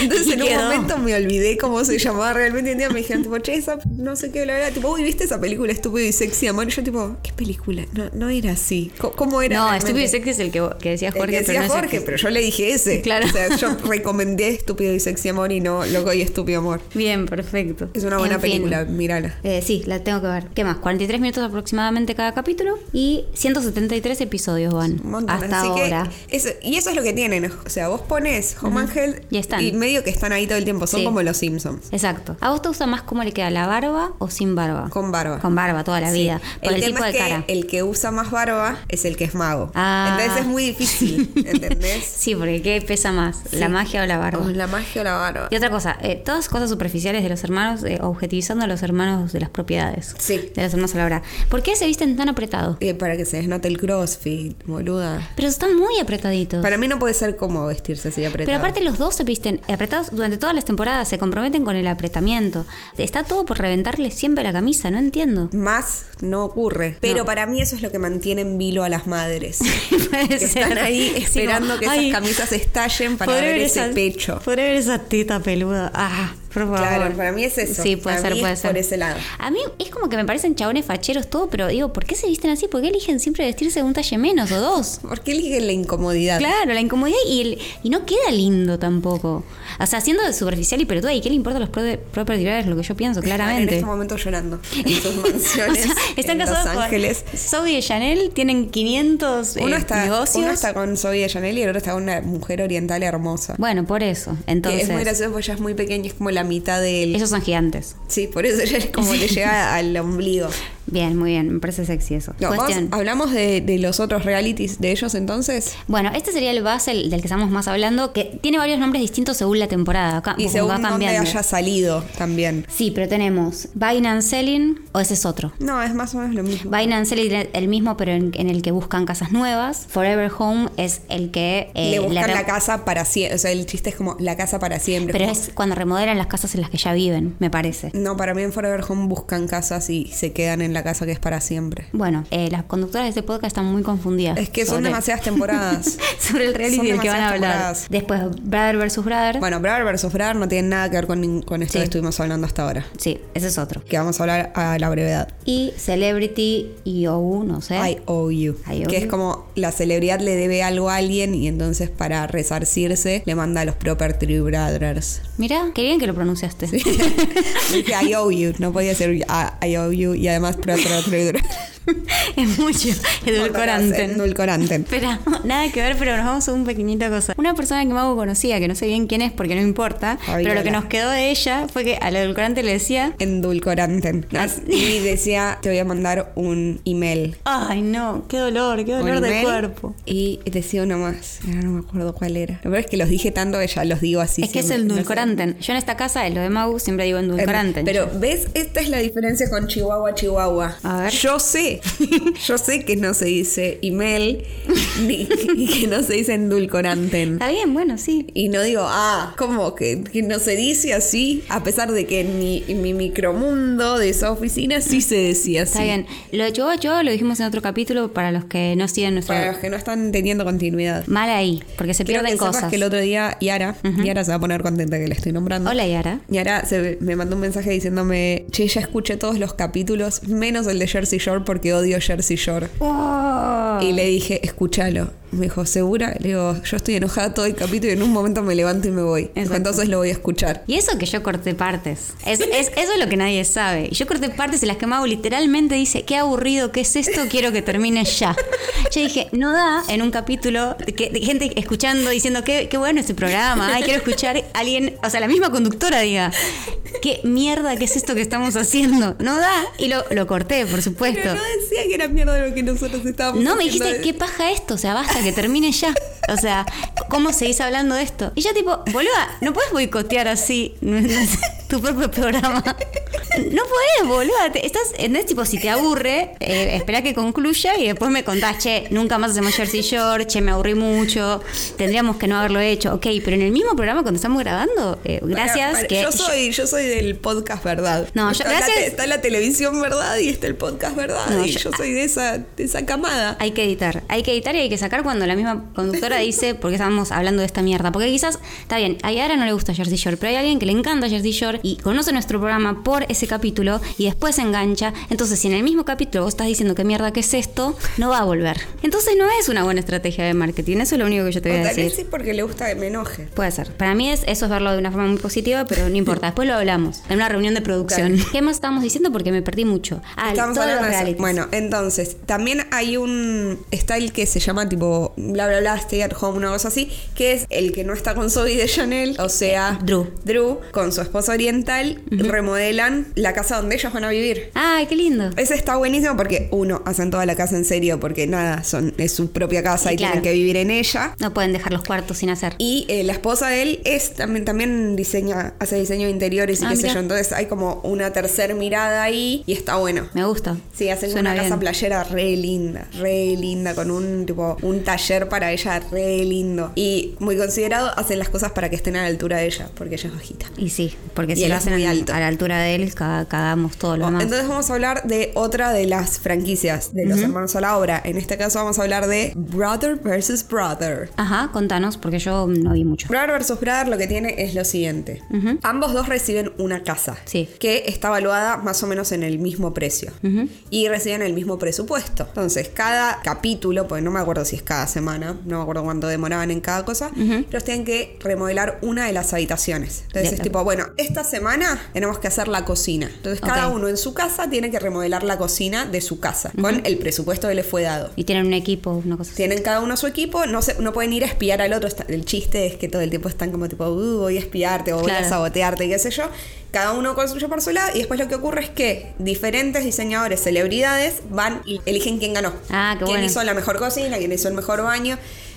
[SPEAKER 2] Entonces
[SPEAKER 3] Y
[SPEAKER 2] en
[SPEAKER 3] quedó.
[SPEAKER 2] un momento me olvidé cómo se llamaba realmente. Un día me dijeron, tipo, che, esa no sé qué, bla, bla. Tipo, uy, ¿viste esa película estúpido y sexy amor? Y yo, tipo, ¿qué película? No, no era así. Co- ¿Cómo, era?
[SPEAKER 3] No,
[SPEAKER 2] realmente?
[SPEAKER 3] estúpido y sexy es el que, que decía
[SPEAKER 2] El
[SPEAKER 3] Jorge.
[SPEAKER 2] que decía
[SPEAKER 3] pero no es el
[SPEAKER 2] Jorge,
[SPEAKER 3] que-
[SPEAKER 2] pero yo le dije ese.
[SPEAKER 3] Claro.
[SPEAKER 2] O sea, yo recomendé Estúpido y Sexy Amor y no Loco y Estúpido Amor.
[SPEAKER 3] Bien, perfecto.
[SPEAKER 2] Es una buena
[SPEAKER 3] En fin.
[SPEAKER 2] película, mírala.
[SPEAKER 3] Eh, sí, la tengo que ver. ¿Qué más? 43 minutos aproximadamente cada capítulo y 173 episodios van
[SPEAKER 2] Un montón.
[SPEAKER 3] hasta
[SPEAKER 2] Así que
[SPEAKER 3] ahora.
[SPEAKER 2] eso- y eso es lo que tienen. O sea, vos pones Home and Health
[SPEAKER 3] Y están.
[SPEAKER 2] medio que están ahí todo el tiempo. Son
[SPEAKER 3] Sí.
[SPEAKER 2] como los Simpsons.
[SPEAKER 3] Exacto. ¿A vos te gusta más cómo le queda la barba o sin barba?
[SPEAKER 2] Con barba.
[SPEAKER 3] Con barba toda la
[SPEAKER 2] Sí.
[SPEAKER 3] vida. Por el,
[SPEAKER 2] tema
[SPEAKER 3] tipo de
[SPEAKER 2] es que
[SPEAKER 3] cara.
[SPEAKER 2] el que usa más barba es el que es mago.
[SPEAKER 3] Ah.
[SPEAKER 2] Entonces es muy
[SPEAKER 3] [laughs]
[SPEAKER 2] difícil, ¿entendés?
[SPEAKER 3] Sí, porque ¿qué pesa más? ¿La magia o la barba?
[SPEAKER 2] O la magia o la barba.
[SPEAKER 3] Y otra cosa, eh, todas cosas superficiales de los hermanos, eh, objetivizando a los hermanos de las propiedades.
[SPEAKER 2] Sí.
[SPEAKER 3] De los hermanos a la hora. ¿Por qué se visten tan apretado?
[SPEAKER 2] Eh, para que se desnote el crossfit, boluda.
[SPEAKER 3] Pero están muy apretaditos.
[SPEAKER 2] Para mí no puede ser cómodo vestirse así apretado.
[SPEAKER 3] Pero aparte los dos se visten apretados durante todas las temporadas, se comprometen con el apretamiento. Está todo por reventarle siempre la camisa, no entiendo.
[SPEAKER 2] más no ocurre. Pero
[SPEAKER 3] No.
[SPEAKER 2] para mí eso es lo que mantiene en vilo a las madres.
[SPEAKER 3] [laughs] Puede
[SPEAKER 2] que
[SPEAKER 3] ser.
[SPEAKER 2] están ahí
[SPEAKER 3] Sí,
[SPEAKER 2] esperando
[SPEAKER 3] como,
[SPEAKER 2] que esas
[SPEAKER 3] "Ay,
[SPEAKER 2] camisas estallen para
[SPEAKER 3] podré
[SPEAKER 2] ver ese pecho.
[SPEAKER 3] Podré ver esa teta peluda. Ah, por favor.
[SPEAKER 2] Claro, para mí es eso.
[SPEAKER 3] Sí, puede
[SPEAKER 2] Para
[SPEAKER 3] ser,
[SPEAKER 2] mí
[SPEAKER 3] puede
[SPEAKER 2] es
[SPEAKER 3] ser.
[SPEAKER 2] por ese lado.
[SPEAKER 3] A mí es como que me parecen chabones facheros todo, pero digo, ¿por qué se visten así? ¿Por qué eligen siempre vestirse un talle menos
[SPEAKER 2] [laughs]
[SPEAKER 3] o dos?
[SPEAKER 2] ¿Por qué eligen la incomodidad?
[SPEAKER 3] Claro, la incomodidad y, el, y no queda lindo tampoco. O sea, siendo superficial y pelotuda, ¿y qué le importa a los pro- propios titulares? Lo que yo pienso,
[SPEAKER 2] En
[SPEAKER 3] claramente.
[SPEAKER 2] este momento
[SPEAKER 3] [laughs]
[SPEAKER 2] llorando en sus mansiones
[SPEAKER 3] O sea, están
[SPEAKER 2] en Los
[SPEAKER 3] casados
[SPEAKER 2] Ángeles.
[SPEAKER 3] con Zoe y Chanel, tienen 500 eh,
[SPEAKER 2] Uno está,
[SPEAKER 3] negocios.
[SPEAKER 2] uno está con Zoe de Chanel y el otro está con una mujer oriental hermosa.
[SPEAKER 3] Bueno, por eso.
[SPEAKER 2] Que
[SPEAKER 3] Entonces,
[SPEAKER 2] es muy gracioso porque ella es muy pequeña, es como la mitad de él.
[SPEAKER 3] ellos son gigantes.
[SPEAKER 2] Sí, por eso ella es
[SPEAKER 3] [laughs]
[SPEAKER 2] como le llega al ombligo.
[SPEAKER 3] Bien, muy bien, me parece sexy eso.
[SPEAKER 2] No, vamos-
[SPEAKER 3] Cuestión.
[SPEAKER 2] ¿Hablamos de, de los otros realities de ellos entonces?
[SPEAKER 3] Bueno, este sería el base el- del que estamos más hablando, que tiene varios nombres distintos según la temporada. acá-
[SPEAKER 2] Y
[SPEAKER 3] como
[SPEAKER 2] según
[SPEAKER 3] va
[SPEAKER 2] dónde
[SPEAKER 3] cambiando.
[SPEAKER 2] haya salido también.
[SPEAKER 3] Sí, pero tenemos Binance Selling, o ese es otro.
[SPEAKER 2] No, es más o menos lo mismo.
[SPEAKER 3] Binance Selling es el mismo, pero en, en el que buscan casas nuevas. Forever Home es el que... eh,
[SPEAKER 2] Le buscan
[SPEAKER 3] re-
[SPEAKER 2] la casa para siempre. O sea, el chiste es como la casa para siempre.
[SPEAKER 3] Pero
[SPEAKER 2] como-
[SPEAKER 3] es cuando remodelan las casas en las que ya viven, me parece.
[SPEAKER 2] No, para mí en Forever Home buscan casas y se quedan en la casa que es para siempre.
[SPEAKER 3] Bueno, eh, las conductoras de este podcast están muy confundidas.
[SPEAKER 2] Es que son
[SPEAKER 3] sobre-
[SPEAKER 2] demasiadas temporadas.
[SPEAKER 3] [laughs] Sobre el reality
[SPEAKER 2] Son
[SPEAKER 3] del que van a
[SPEAKER 2] demasiadas
[SPEAKER 3] hablar.
[SPEAKER 2] temporadas.
[SPEAKER 3] Después, Brother versus Brother.
[SPEAKER 2] bueno, Brother versus Brother no tiene nada que ver con, nin- con esto
[SPEAKER 3] Sí.
[SPEAKER 2] que estuvimos hablando hasta ahora.
[SPEAKER 3] Sí, ese es otro.
[SPEAKER 2] Que vamos a hablar a la brevedad.
[SPEAKER 3] Y Celebrity y o no sé.
[SPEAKER 2] I owe you.
[SPEAKER 3] ¿Eh? I owe
[SPEAKER 2] que es
[SPEAKER 3] you.
[SPEAKER 2] como la celebridad le debe algo a alguien y entonces para resarcirse le manda a los Proper Tree
[SPEAKER 3] [laughs]
[SPEAKER 2] Brothers.
[SPEAKER 3] Mira, qué bien que lo pronunciaste.
[SPEAKER 2] Dije I owe you, no podía ser ah, I owe you y además pro, pro, pro, pro.
[SPEAKER 3] [laughs] es mucho. Edulcorante.
[SPEAKER 2] Edulcorante.
[SPEAKER 3] Espera, [laughs] nada que ver, pero nos vamos a un pequeñito cosa. Una persona que Mago conocía, que no sé bien quién es porque no importa,
[SPEAKER 2] Fabiola.
[SPEAKER 3] pero lo que nos quedó de ella fue que al edulcorante le decía,
[SPEAKER 2] Endulcorante.
[SPEAKER 3] As-
[SPEAKER 2] Y decía, te voy a mandar un email.
[SPEAKER 3] ay no, qué dolor, qué
[SPEAKER 2] Un
[SPEAKER 3] dolor de
[SPEAKER 2] email.
[SPEAKER 3] cuerpo.
[SPEAKER 2] Y decía uno más. Ahora no me acuerdo cuál era. Lo peor es que los dije tanto que ya los digo así.
[SPEAKER 3] es que es
[SPEAKER 2] siempre.
[SPEAKER 3] el
[SPEAKER 2] No sé. Em,
[SPEAKER 3] endulcorante. Yo en esta casa, en lo de Mau, siempre digo endulcorante.
[SPEAKER 2] Pero, ¿ves? Esta es la diferencia con
[SPEAKER 3] [laughs]
[SPEAKER 2] Chihuahua, Chihuahua.
[SPEAKER 3] A ver.
[SPEAKER 2] Yo sé, yo sé que no se dice email ni- [laughs] y que no se dice endulcoranten.
[SPEAKER 3] Está bien, bueno, sí.
[SPEAKER 2] Y no digo, ah, ¿cómo que, que no se dice así? A pesar de que en mi, en mi micromundo de esa oficina sí se decía así.
[SPEAKER 3] Está bien. Lo de Chihuahua Chihuahua lo dijimos en otro capítulo para los que no siguen nuestro.
[SPEAKER 2] Para los que no están teniendo continuidad.
[SPEAKER 3] Mal ahí, porque se
[SPEAKER 2] Quiero
[SPEAKER 3] pierden
[SPEAKER 2] que sepas
[SPEAKER 3] cosas.
[SPEAKER 2] que el otro día Yara, Yara se va a poner contenta que la estoy nombrando.
[SPEAKER 3] Hola, Yara.
[SPEAKER 2] Yara se me mandó un mensaje diciéndome, che, ya escuché todos los capítulos, menos el de Jersey Shore porque odio Jersey Shore.
[SPEAKER 3] Oh.
[SPEAKER 2] Y le dije, escúchalo. Me dijo, ¿segura? Le digo, yo estoy enojada todo el capítulo y en un momento me levanto y me voy. Me dijo,
[SPEAKER 3] Exacto.
[SPEAKER 2] Entonces lo voy a escuchar.
[SPEAKER 3] Y eso que yo corté partes. Es, es- eso es lo que nadie sabe. Y Yo corté partes en las que Mau literalmente dice, qué aburrido, qué es esto, quiero que
[SPEAKER 2] [laughs]
[SPEAKER 3] termine ya. Yo dije, no da en un capítulo de que, de gente escuchando, diciendo, qué, qué bueno este programa, ay, quiero escuchar a alguien, o sea, la misma conductora diga, qué mierda, qué es esto que estamos haciendo. No da. Y lo, lo corté, por supuesto.
[SPEAKER 2] Pero no decía que era mierda de lo que nosotros estábamos
[SPEAKER 3] No, me
[SPEAKER 2] haciendo.
[SPEAKER 3] dijiste, ¿qué paja esto? O sea, basta, que termine ya. O sea, ¿cómo seguís hablando de esto? Y yo tipo, boluda, no puedes boicotear así [laughs] tu propio programa. No puedes, boluda. Te- estás, ¿entendés? Tipo, si te aburre, eh, espera que concluya y después me contás, che, nunca más hacemos Jersey Shore, che, me aburrí mucho, tendríamos que no haberlo hecho. Ok, pero en el mismo programa cuando estamos grabando, eh,
[SPEAKER 2] Para-
[SPEAKER 3] gracias
[SPEAKER 2] para-
[SPEAKER 3] que...
[SPEAKER 2] yo soy, yo soy del podcast verdad.
[SPEAKER 3] No, yo-
[SPEAKER 2] está, la,
[SPEAKER 3] gracias-
[SPEAKER 2] te- está la televisión verdad y está el podcast verdad.
[SPEAKER 3] No,
[SPEAKER 2] y
[SPEAKER 3] yo-
[SPEAKER 2] yo, soy de esa, de esa camada.
[SPEAKER 3] Hay que editar, hay que editar y hay que sacar cuando la misma
[SPEAKER 2] [laughs]
[SPEAKER 3] conductora dice por qué estamos hablando de esta mierda. Porque quizás, está bien, a Yara no le gusta Jersey Shore, pero hay alguien que le encanta Jersey Shore y conoce nuestro programa por ese capítulo y después se engancha. Entonces, si en el mismo capítulo vos estás diciendo qué mierda que es esto, no va a volver. Entonces, no es una buena estrategia de marketing. Eso es lo único que yo te
[SPEAKER 2] O
[SPEAKER 3] voy a
[SPEAKER 2] tal
[SPEAKER 3] decir.
[SPEAKER 2] vez sí porque le gusta que me enoje.
[SPEAKER 3] Puede ser. Para mí es, eso es verlo de una forma muy positiva, pero
[SPEAKER 2] [laughs]
[SPEAKER 3] no importa. Después lo hablamos en una reunión de producción. ¿Qué más estábamos diciendo? Porque me perdí mucho. Ah,
[SPEAKER 2] Estamos
[SPEAKER 3] todos los
[SPEAKER 2] hablando de eso.
[SPEAKER 3] realities.
[SPEAKER 2] Bueno, entonces, también hay un style que se llama tipo bla bla bla, stay at home, una cosa así, que es el que no está con Zoe de Chanel, o sea,
[SPEAKER 3] Drew.
[SPEAKER 2] Drew, con su esposa oriental, remodelan la casa donde ellos van a vivir.
[SPEAKER 3] Ay, qué lindo.
[SPEAKER 2] Ese está buenísimo porque, uno, hacen toda la casa en serio porque nada, son, es su propia casa
[SPEAKER 3] Y
[SPEAKER 2] y,
[SPEAKER 3] claro.
[SPEAKER 2] tienen que vivir en ella.
[SPEAKER 3] No pueden dejar los cuartos sin hacer.
[SPEAKER 2] Y eh, la esposa de él es también, también diseña, hace diseño de interiores y
[SPEAKER 3] Ah,
[SPEAKER 2] qué
[SPEAKER 3] mirá.
[SPEAKER 2] sé yo. Entonces hay como una tercer mirada ahí y está bueno.
[SPEAKER 3] Me gusta.
[SPEAKER 2] Sí, hacen
[SPEAKER 3] Suena
[SPEAKER 2] una
[SPEAKER 3] bien.
[SPEAKER 2] casa playera re linda, re linda, con un tipo, un taller para ella re lindo. Y muy considerado, hacen las cosas para que estén a la altura de ella, porque ella es bajita.
[SPEAKER 3] Y sí, porque
[SPEAKER 2] Y
[SPEAKER 3] si
[SPEAKER 2] él
[SPEAKER 3] lo
[SPEAKER 2] es
[SPEAKER 3] hacen
[SPEAKER 2] muy
[SPEAKER 3] en-
[SPEAKER 2] alto. Oh,
[SPEAKER 3] a la altura de él, ca- cagamos todo Oh, lo demás.
[SPEAKER 2] Entonces vamos a hablar de otra de las franquicias de los hermanos a la obra. En este caso vamos a hablar de Brother versus Brother.
[SPEAKER 3] Ajá, contanos, porque yo no vi mucho.
[SPEAKER 2] Brother versus Brother lo que tiene es lo siguiente. Ambos dos reciben una casa
[SPEAKER 3] Sí.
[SPEAKER 2] que está evaluada más o menos en el mismo precio y reciben el mismo presupuesto. Entonces, cada capítulo, pues no me acuerdo si es cada semana, no me acuerdo cuánto demoraban en cada cosa, ellos tienen que remodelar una de las habitaciones. Entonces
[SPEAKER 3] Bien.
[SPEAKER 2] es tipo, bueno, esta semana tenemos que hacer la cocina. Entonces cada
[SPEAKER 3] Ok.
[SPEAKER 2] uno en su casa tiene que remodelar la cocina de su casa con el presupuesto que le fue dado.
[SPEAKER 3] Y tienen un equipo, una cosa así.
[SPEAKER 2] Tienen cada uno su equipo, no, se, no pueden ir a espiar al otro. está- El chiste es que todo el tiempo están como tipo, "Uh, voy a espiarte o voy
[SPEAKER 3] Claro.
[SPEAKER 2] a sabotearte, qué sé yo. Cada uno construye por su lado y después lo que ocurre es que diferentes diseñadores, celebridades, van y eligen quién ganó.
[SPEAKER 3] Ah, qué
[SPEAKER 2] quién
[SPEAKER 3] bueno.
[SPEAKER 2] hizo la mejor cocina, quién hizo el mejor baño.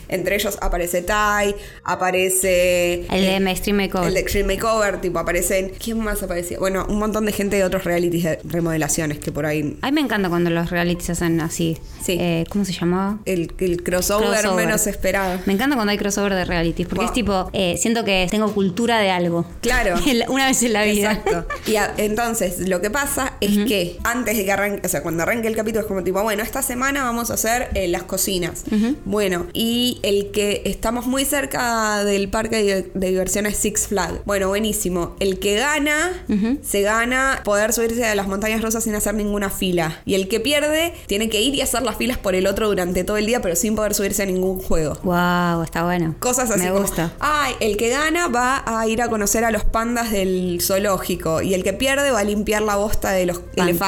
[SPEAKER 2] Entre ellos aparece Tai, aparece...
[SPEAKER 3] El de
[SPEAKER 2] eh,
[SPEAKER 3] My Extreme Makeover.
[SPEAKER 2] El de Extreme Makeover, tipo, aparecen... ¿Quién más aparecía? Bueno, un montón de gente de otros realities de remodelaciones que por ahí...
[SPEAKER 3] A mí me encanta cuando los realities hacen así.
[SPEAKER 2] Sí.
[SPEAKER 3] Eh, ¿Cómo se llamaba?
[SPEAKER 2] El, el crossover,
[SPEAKER 3] Crossover.
[SPEAKER 2] menos esperado.
[SPEAKER 3] Me encanta cuando hay crossover de realities, porque
[SPEAKER 2] Wow.
[SPEAKER 3] es tipo, eh, siento que tengo cultura de algo. [laughs]
[SPEAKER 2] Claro.
[SPEAKER 3] una vez en la vida.
[SPEAKER 2] Exacto. Y a- entonces lo que pasa es que antes de que arranque, o sea, cuando arranque el capítulo es como tipo, bueno, esta semana vamos a hacer eh, las cocinas. Bueno, y el que estamos muy cerca del parque de, de diversiones Six Flags. Bueno, buenísimo. El que gana, se gana poder subirse a las montañas rusas sin hacer ninguna fila. Y el que pierde, tiene que ir y hacer las filas por el otro durante todo el día, pero sin poder subirse a ningún juego.
[SPEAKER 3] Wow, está bueno.
[SPEAKER 2] Cosas así.
[SPEAKER 3] Me
[SPEAKER 2] como, [laughs]
[SPEAKER 3] gusta.
[SPEAKER 2] Ay, el que gana va a ir a conocer a los pandas del zoológico. Y el que pierde va a limpiar la bosta de los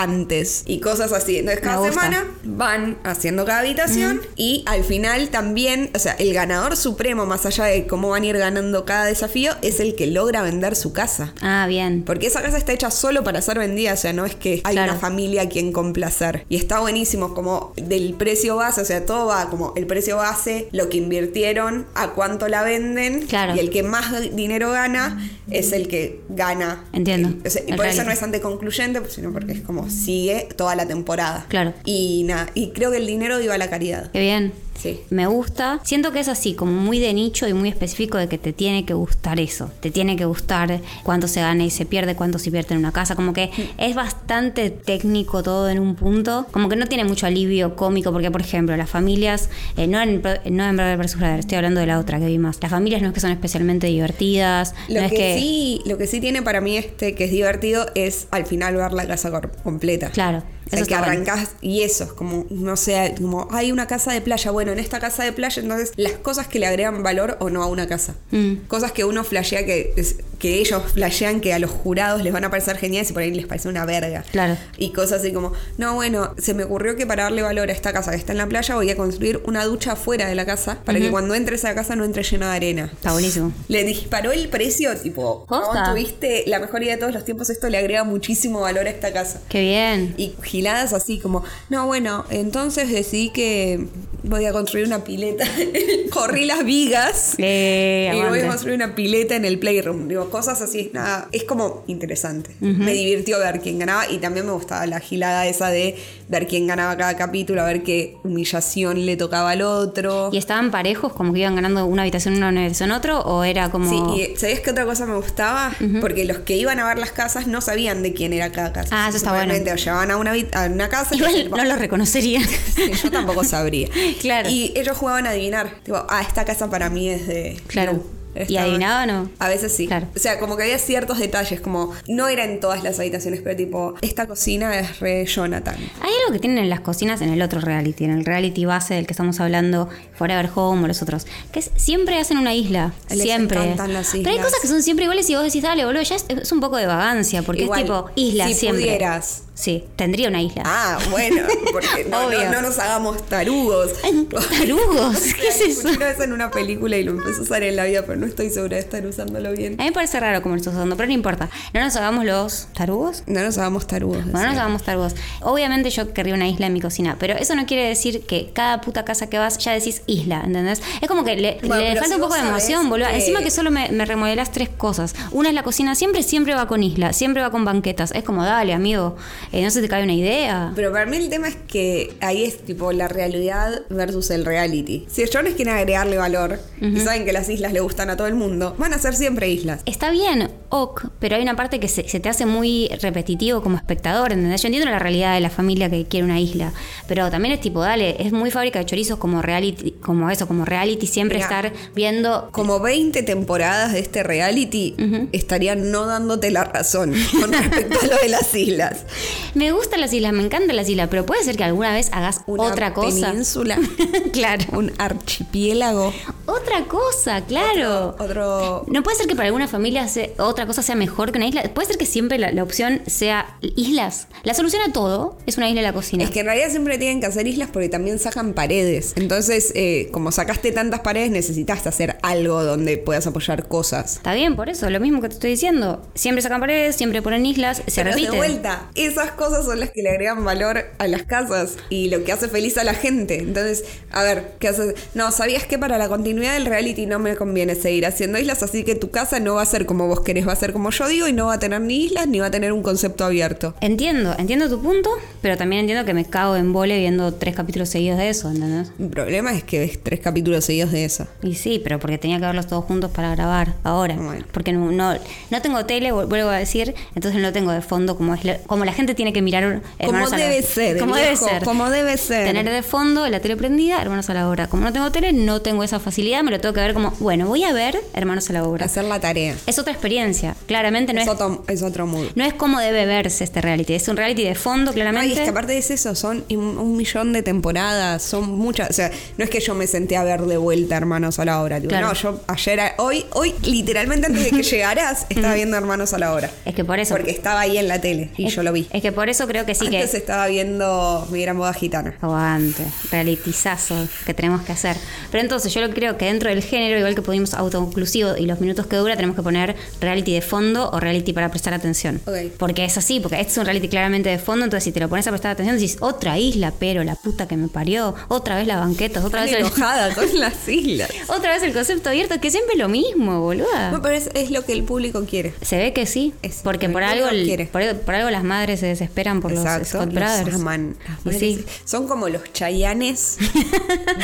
[SPEAKER 2] elefantes. Y cosas así. Entonces,
[SPEAKER 3] Me
[SPEAKER 2] cada
[SPEAKER 3] gusta.
[SPEAKER 2] semana van haciendo cada habitación. Y al final también, o sea, el ganador supremo, más allá de cómo van a ir ganando cada desafío, es el que logra vender su casa.
[SPEAKER 3] Ah, bien.
[SPEAKER 2] Porque esa casa está hecha solo para ser vendida, o sea, no es que hay
[SPEAKER 3] Claro.
[SPEAKER 2] una familia a quien complacer. Y está buenísimo, como del precio base, o sea, todo va como el precio base, lo que invirtieron, a cuánto la venden.
[SPEAKER 3] Claro.
[SPEAKER 2] Y el que más dinero gana es el que gana.
[SPEAKER 3] Entiendo.
[SPEAKER 2] El- o sea, y
[SPEAKER 3] El
[SPEAKER 2] por eso
[SPEAKER 3] reality.
[SPEAKER 2] no es anticoncluyente, sino porque es como sigue toda la temporada.
[SPEAKER 3] Claro. Eh,
[SPEAKER 2] Y nada, y creo que el dinero iba a la caridad.
[SPEAKER 3] Qué bien.
[SPEAKER 2] Sí.
[SPEAKER 3] Me gusta. Siento que es así, como muy de nicho y muy específico de que te tiene que gustar eso. Te tiene que gustar cuánto se gana y se pierde, cuánto se pierde en una casa. Como que
[SPEAKER 2] Mm.
[SPEAKER 3] es bastante técnico todo en un punto. Como que no tiene mucho alivio cómico, porque, por ejemplo, las familias, eh, no en, Pro- no en Brother vs. Brother, estoy hablando de la otra que vi más. Las familias no es que son especialmente divertidas.
[SPEAKER 2] Lo
[SPEAKER 3] no es
[SPEAKER 2] que,
[SPEAKER 3] que.
[SPEAKER 2] sí, lo que sí tiene para mí este que es divertido es al final ver la casa cor- completa.
[SPEAKER 3] Claro,
[SPEAKER 2] O sea,
[SPEAKER 3] eso
[SPEAKER 2] que
[SPEAKER 3] está bueno.
[SPEAKER 2] arrancás y eso, es como, no sé, como hay una casa de playa, bueno, en esta casa de playa, entonces las cosas que le agregan valor o no a una casa.
[SPEAKER 3] Mm.
[SPEAKER 2] Cosas que uno flashea que, es- que ellos flashean que a los jurados les van a parecer geniales y por ahí les parece una verga.
[SPEAKER 3] Claro.
[SPEAKER 2] Y cosas así como, no, bueno, se me ocurrió que para darle valor a esta casa que está en la playa voy a construir una ducha afuera de la casa para que cuando entres a la casa no entres llena de arena.
[SPEAKER 3] Está buenísimo.
[SPEAKER 2] Le disparó el precio, tipo,
[SPEAKER 3] Posta.
[SPEAKER 2] "No, tuviste la mejor idea de todos los tiempos, esto le agrega muchísimo valor a esta casa.
[SPEAKER 3] Qué bien.
[SPEAKER 2] Y giladas así como, no, bueno, entonces decidí que voy a construir una pileta. [laughs] Corrí las vigas.
[SPEAKER 3] Eh,
[SPEAKER 2] Y voy
[SPEAKER 3] aguante.
[SPEAKER 2] a construir una pileta en el playroom. Digo, cosas así. Nada, es como interesante. Me divirtió ver quién ganaba y también me gustaba la gilada esa de ver quién ganaba cada capítulo, a ver qué humillación le tocaba al otro.
[SPEAKER 3] ¿Y estaban parejos? ¿Como que iban ganando una habitación una, una habitación otro? ¿O era como.?
[SPEAKER 2] Sí, y ¿sabías qué otra cosa me gustaba? Porque los que iban a ver las casas no sabían de quién era cada casa.
[SPEAKER 3] Ah, eso está
[SPEAKER 2] Simplemente
[SPEAKER 3] bueno.
[SPEAKER 2] O llevaban a una, vi- a una casa y
[SPEAKER 3] Igual
[SPEAKER 2] decían,
[SPEAKER 3] no lo reconocería.
[SPEAKER 2] [laughs] Sí, yo tampoco sabría.
[SPEAKER 3] [laughs] Claro.
[SPEAKER 2] Y ellos jugaban a adivinar. Tipo, ah, esta casa para mí es de.
[SPEAKER 3] Claro.
[SPEAKER 2] Lu.
[SPEAKER 3] ¿Y
[SPEAKER 2] Esta-
[SPEAKER 3] adivinaban o no?
[SPEAKER 2] A veces sí.
[SPEAKER 3] Claro.
[SPEAKER 2] O sea, como que había ciertos detalles, como no era en todas las habitaciones, pero tipo, esta cocina es re Jonathan.
[SPEAKER 3] Hay algo que tienen en las cocinas en el otro reality, en el reality base del que estamos hablando, Forever Home o los otros, que es- siempre hacen una isla.
[SPEAKER 2] Les
[SPEAKER 3] siempre.
[SPEAKER 2] encantan las
[SPEAKER 3] Pero hay
[SPEAKER 2] islas.
[SPEAKER 3] cosas que son siempre iguales y vos decís, dale, boludo, ya es, es un poco de vagancia, porque
[SPEAKER 2] Igual,
[SPEAKER 3] es tipo isla
[SPEAKER 2] si
[SPEAKER 3] siempre.
[SPEAKER 2] pudieras.
[SPEAKER 3] Sí, tendría una isla.
[SPEAKER 2] Ah, bueno, porque no, no-
[SPEAKER 3] [laughs] Obvio.
[SPEAKER 2] no nos hagamos tarugos. [laughs]
[SPEAKER 3] Ay, tarugos, ¿qué es
[SPEAKER 2] Escuché
[SPEAKER 3] eso?
[SPEAKER 2] Una vez en una película y lo empecé a usar en la vida, pero no estoy segura de estar usándolo bien.
[SPEAKER 3] A mí me parece raro como lo estás usando, pero no importa. No nos hagamos los tarugos.
[SPEAKER 2] No nos hagamos tarugos.
[SPEAKER 3] Bueno, no
[SPEAKER 2] decía.
[SPEAKER 3] nos hagamos tarugos. Obviamente yo querría una isla en mi cocina, pero eso no quiere decir que cada puta casa que vas ya decís isla, ¿entendés? Es como que le,
[SPEAKER 2] Bueno,
[SPEAKER 3] le
[SPEAKER 2] pero
[SPEAKER 3] falta
[SPEAKER 2] si
[SPEAKER 3] un poco
[SPEAKER 2] vos
[SPEAKER 3] de emoción,
[SPEAKER 2] sabés
[SPEAKER 3] boludo.
[SPEAKER 2] que-
[SPEAKER 3] Encima que solo me, me remodelás tres cosas. Una es la cocina, siempre, siempre va con isla, siempre va con banquetas. Es como, dale, amigo, eh, no se te cae una idea.
[SPEAKER 2] Pero para mí el tema es que ahí es tipo la realidad versus el reality. Si los chones quieren agregarle valor y saben que las islas le gustan a todo el mundo, van a ser siempre islas.
[SPEAKER 3] Está bien, ok, pero hay una parte que se, se te hace muy repetitivo como espectador, ¿entendés? Yo entiendo la realidad de la familia que quiere una isla, pero también es tipo, dale, es muy fábrica de chorizos como reality, como eso, como reality, siempre
[SPEAKER 2] Mirá.
[SPEAKER 3] estar viendo
[SPEAKER 2] Como 20 temporadas de este reality estarían no dándote la razón con respecto a lo de las islas.
[SPEAKER 3] Me gustan las islas, me encantan las islas, pero puede ser que alguna vez hagas
[SPEAKER 2] Una
[SPEAKER 3] otra cosa.
[SPEAKER 2] península,
[SPEAKER 3] [laughs] claro.
[SPEAKER 2] un archipiélago,
[SPEAKER 3] Otra cosa, claro.
[SPEAKER 2] otro
[SPEAKER 3] No puede ser que para alguna familia se- otra cosa sea mejor que una isla. Puede ser que siempre la, la opción sea islas. La solución a todo es una isla en la cocina.
[SPEAKER 2] Es que en realidad siempre tienen que hacer islas porque también sacan paredes. Entonces, eh, como sacaste tantas paredes, necesitaste hacer algo donde puedas apoyar cosas.
[SPEAKER 3] Está bien, por eso, lo mismo que te estoy diciendo. Siempre sacan paredes, siempre ponen islas, se
[SPEAKER 2] Pero
[SPEAKER 3] repite.
[SPEAKER 2] de vuelta, esas cosas son las que le agregan valor a las casas y lo que hace feliz a la gente. Entonces, a ver, ¿qué haces? No, ¿sabías que para la continuidad del reality no me conviene seguir haciendo islas? Así que tu casa no va a ser como vos querés, va a ser como yo digo y no va a tener ni islas ni va a tener un concepto abierto.
[SPEAKER 3] Entiendo, entiendo tu punto, pero también entiendo que me cago en vole viendo tres capítulos seguidos de eso, ¿entendés?
[SPEAKER 2] El problema es que ves tres capítulos seguidos de eso.
[SPEAKER 3] Y sí, pero porque tenía que verlos todos juntos para grabar ahora.
[SPEAKER 2] Bueno.
[SPEAKER 3] Porque no, no, no tengo tele, vu- vuelvo a decir, entonces no tengo de fondo como es la, como la gente tiene que mirar
[SPEAKER 2] Como
[SPEAKER 3] Hermanos a la-
[SPEAKER 2] debe ser,
[SPEAKER 3] Como debe
[SPEAKER 2] viejo,
[SPEAKER 3] ser.
[SPEAKER 2] como debe ser.
[SPEAKER 3] Tener de fondo la tele prendida, hermanos a la obra. Como no tengo tele, no tengo esa facilidad, me lo tengo que ver como, bueno, voy a ver hermanos a la obra.
[SPEAKER 2] Hacer la tarea.
[SPEAKER 3] Es otra experiencia, claramente Este no
[SPEAKER 2] es,
[SPEAKER 3] es,
[SPEAKER 2] otro, es otro mood.
[SPEAKER 3] no es como debe verse este reality, es un reality de fondo,
[SPEAKER 2] No, y
[SPEAKER 3] claramente.
[SPEAKER 2] es que aparte es eso, son un, un millón de temporadas, son muchas. O sea, no es que yo me senté a ver de vuelta Hermanos a la Obra. tipo,
[SPEAKER 3] Claro.
[SPEAKER 2] No, yo ayer, a- hoy, hoy, literalmente antes
[SPEAKER 3] [laughs]
[SPEAKER 2] de que llegaras, estaba viendo Hermanos a la Obra.
[SPEAKER 3] Es que por Mm. eso.
[SPEAKER 2] Porque estaba ahí en la tele y
[SPEAKER 3] es-
[SPEAKER 2] yo lo vi.
[SPEAKER 3] Es que por eso creo que sí que
[SPEAKER 2] Antes estaba viendo Mi Gran Boda Gitana.
[SPEAKER 3] Aguante, realitizazo que tenemos que hacer. Pero entonces yo lo creo, que dentro del género, igual que pudimos autoconclusivo y los minutos que dura, tenemos que poner reality de fondo o reality para prestar atención.
[SPEAKER 2] Ok.
[SPEAKER 3] Porque es así, porque este es un reality claramente de fondo, entonces si te lo pones a prestar atención, decís, otra isla, pero la puta que me parió, otra vez las banquetas, otra
[SPEAKER 2] Están
[SPEAKER 3] vez el,
[SPEAKER 2] enojada con las islas.
[SPEAKER 3] [laughs] otra vez el concepto abierto, que siempre es lo mismo, boluda.
[SPEAKER 2] No, pero es, es lo que el público quiere.
[SPEAKER 3] Se ve que sí,
[SPEAKER 2] Es-
[SPEAKER 3] porque por
[SPEAKER 2] no
[SPEAKER 3] algo,
[SPEAKER 2] lo
[SPEAKER 3] el-
[SPEAKER 2] quiere.
[SPEAKER 3] por, por algo las madres se desesperan por los
[SPEAKER 2] Exacto,
[SPEAKER 3] Scott
[SPEAKER 2] los
[SPEAKER 3] Brothers.
[SPEAKER 2] aman.
[SPEAKER 3] Y sí.
[SPEAKER 2] Son como los chayanes
[SPEAKER 3] [laughs]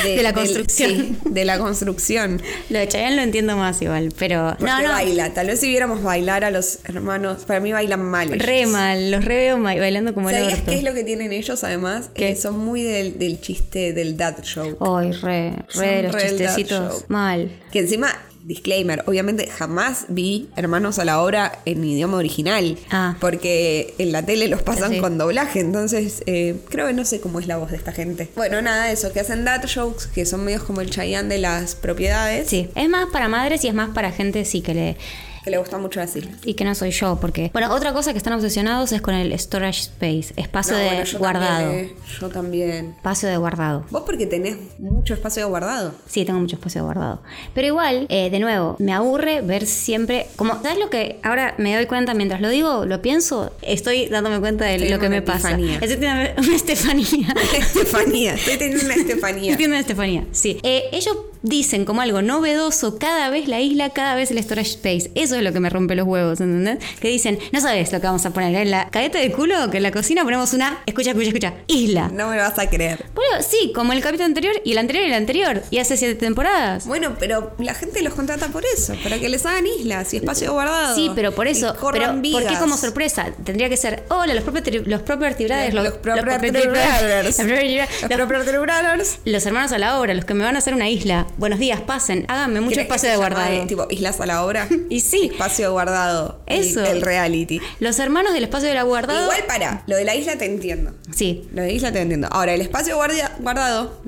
[SPEAKER 3] De la construcción.
[SPEAKER 2] sí, de la construcción.
[SPEAKER 3] Lo de Chayanne lo entiendo más igual, pero
[SPEAKER 2] Porque
[SPEAKER 3] no, no,
[SPEAKER 2] baila. Tal vez si viéramos bailar a los hermanos, para mí bailan mal. ellos.
[SPEAKER 3] re mal, los re veo ma- bailando como el
[SPEAKER 2] ¿Sabías
[SPEAKER 3] orto.
[SPEAKER 2] qué es lo que tienen ellos además?
[SPEAKER 3] ¿Qué? Oh.
[SPEAKER 2] Eh, son muy del, del chiste del dad show.
[SPEAKER 3] Ay, re,
[SPEAKER 2] Son
[SPEAKER 3] re de los
[SPEAKER 2] re el dad show.
[SPEAKER 3] chistecitos. Mal.
[SPEAKER 2] Que encima, disclaimer, obviamente jamás vi Hermanos a la obra en idioma original.
[SPEAKER 3] Ah.
[SPEAKER 2] Porque en la tele los pasan
[SPEAKER 3] Sí.
[SPEAKER 2] con doblaje. Entonces, eh, creo que no sé cómo es la voz de esta gente. Bueno, nada, eso, que hacen dad jokes, que son medios como el Chayanne de las propiedades.
[SPEAKER 3] Sí, es más para madres y es más para gente sí que le
[SPEAKER 2] Que le gusta mucho así.
[SPEAKER 3] y que no soy yo porque bueno otra cosa que están obsesionados es con el storage space espacio
[SPEAKER 2] No,
[SPEAKER 3] de
[SPEAKER 2] bueno, yo
[SPEAKER 3] guardado
[SPEAKER 2] también, eh, yo también.
[SPEAKER 3] espacio de guardado
[SPEAKER 2] Vos porque tenés mucho espacio guardado. [laughs]
[SPEAKER 3] Sí, tengo mucho espacio guardado. Pero igual, eh, de nuevo, me aburre ver siempre. Como, ¿sabes lo que ahora me doy cuenta mientras lo digo? Lo pienso, estoy dándome cuenta de
[SPEAKER 2] Estoy
[SPEAKER 3] lo
[SPEAKER 2] en
[SPEAKER 3] que
[SPEAKER 2] una
[SPEAKER 3] me pasa.
[SPEAKER 2] epifanía.
[SPEAKER 3] Estoy teniendo una [laughs] Estefanía.
[SPEAKER 2] Estefanía, estoy teniendo una Estefanía.
[SPEAKER 3] Estoy teniendo una Estefanía, sí. Eh, ellos dicen como algo novedoso cada vez la isla, cada vez el storage space. Eso es lo que me rompe los huevos, ¿entendés? Que dicen, no sabes lo que vamos a poner en la cadeta de culo, que en la cocina ponemos una, escucha, escucha, escucha, isla.
[SPEAKER 2] No me vas a creer.
[SPEAKER 3] Bueno, sí, como el capítulo anterior y el anterior y el anterior. Y hace siete temporadas.
[SPEAKER 2] Bueno, pero la gente los contrata por eso, para que les hagan islas y espacio guardado.
[SPEAKER 3] Sí, pero por eso,
[SPEAKER 2] Y
[SPEAKER 3] pero
[SPEAKER 2] corran
[SPEAKER 3] ¿por qué
[SPEAKER 2] vigas.
[SPEAKER 3] como sorpresa? Tendría que ser, hola, los propios los property brothers, los,
[SPEAKER 2] Los property
[SPEAKER 3] property
[SPEAKER 2] [laughs] brothers.
[SPEAKER 3] [laughs] los property brothers,
[SPEAKER 2] Los
[SPEAKER 3] los-
[SPEAKER 2] property brothers.
[SPEAKER 3] los hermanos a la obra, los que me van a hacer una isla. Buenos días, pasen, háganme mucho
[SPEAKER 2] ¿Crees que se
[SPEAKER 3] espacio de
[SPEAKER 2] llama,
[SPEAKER 3] guardado.
[SPEAKER 2] eh, tipo, islas a la obra.
[SPEAKER 3] [laughs] Y sí.
[SPEAKER 2] Espacio de guardado. el-
[SPEAKER 3] Eso.
[SPEAKER 2] El, reality.
[SPEAKER 3] Los hermanos del espacio de la guardado.
[SPEAKER 2] Igual para, lo de la isla te entiendo.
[SPEAKER 3] Sí.
[SPEAKER 2] Lo de la isla te entiendo. Ahora, el espacio guardia- guardado. [laughs]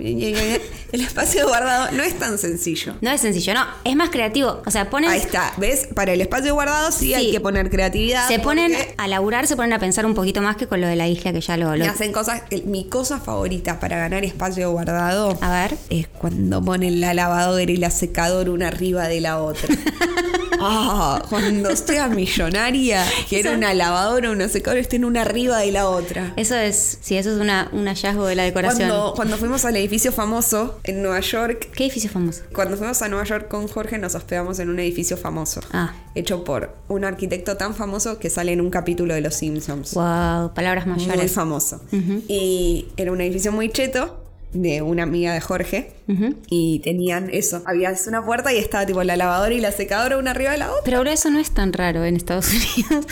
[SPEAKER 2] El espacio guardado no es tan sencillo.
[SPEAKER 3] No es sencillo, no, es más creativo. O sea, ponen
[SPEAKER 2] Ahí está, ¿ves? Para el espacio guardado sí, hay
[SPEAKER 3] Sí.
[SPEAKER 2] que poner creatividad.
[SPEAKER 3] se ponen
[SPEAKER 2] porque
[SPEAKER 3] a laburar, se ponen a pensar un poquito más que con lo de la isla que ya lo, lo-
[SPEAKER 2] me hacen cosas. el- Mi cosa favorita para ganar espacio guardado
[SPEAKER 3] A ver.
[SPEAKER 2] es cuando ponen la lavadora y la secadora una arriba de la
[SPEAKER 3] [laughs]
[SPEAKER 2] otra. Ah, cuando sea millonaria,
[SPEAKER 3] [laughs]
[SPEAKER 2] quiero una lavadora, una secadora, estén una arriba de la otra.
[SPEAKER 3] Eso es, sí, eso es una, un hallazgo de la decoración.
[SPEAKER 2] Cuando, cuando fuimos al edificio famoso en Nueva York,
[SPEAKER 3] ¿Qué edificio famoso?
[SPEAKER 2] cuando fuimos a Nueva York con Jorge nos hospedamos en un edificio famoso.
[SPEAKER 3] Ah.
[SPEAKER 2] Hecho por un arquitecto tan famoso que sale en un capítulo de Los Simpsons.
[SPEAKER 3] Wow, palabras
[SPEAKER 2] muy
[SPEAKER 3] mayores.
[SPEAKER 2] famoso. Y era un edificio muy cheto de una amiga de Jorge. Y tenían eso. Había una puerta y estaba tipo la lavadora y la secadora una arriba de la otra.
[SPEAKER 3] Pero ahora eso no es tan raro en Estados [laughs] Unidos.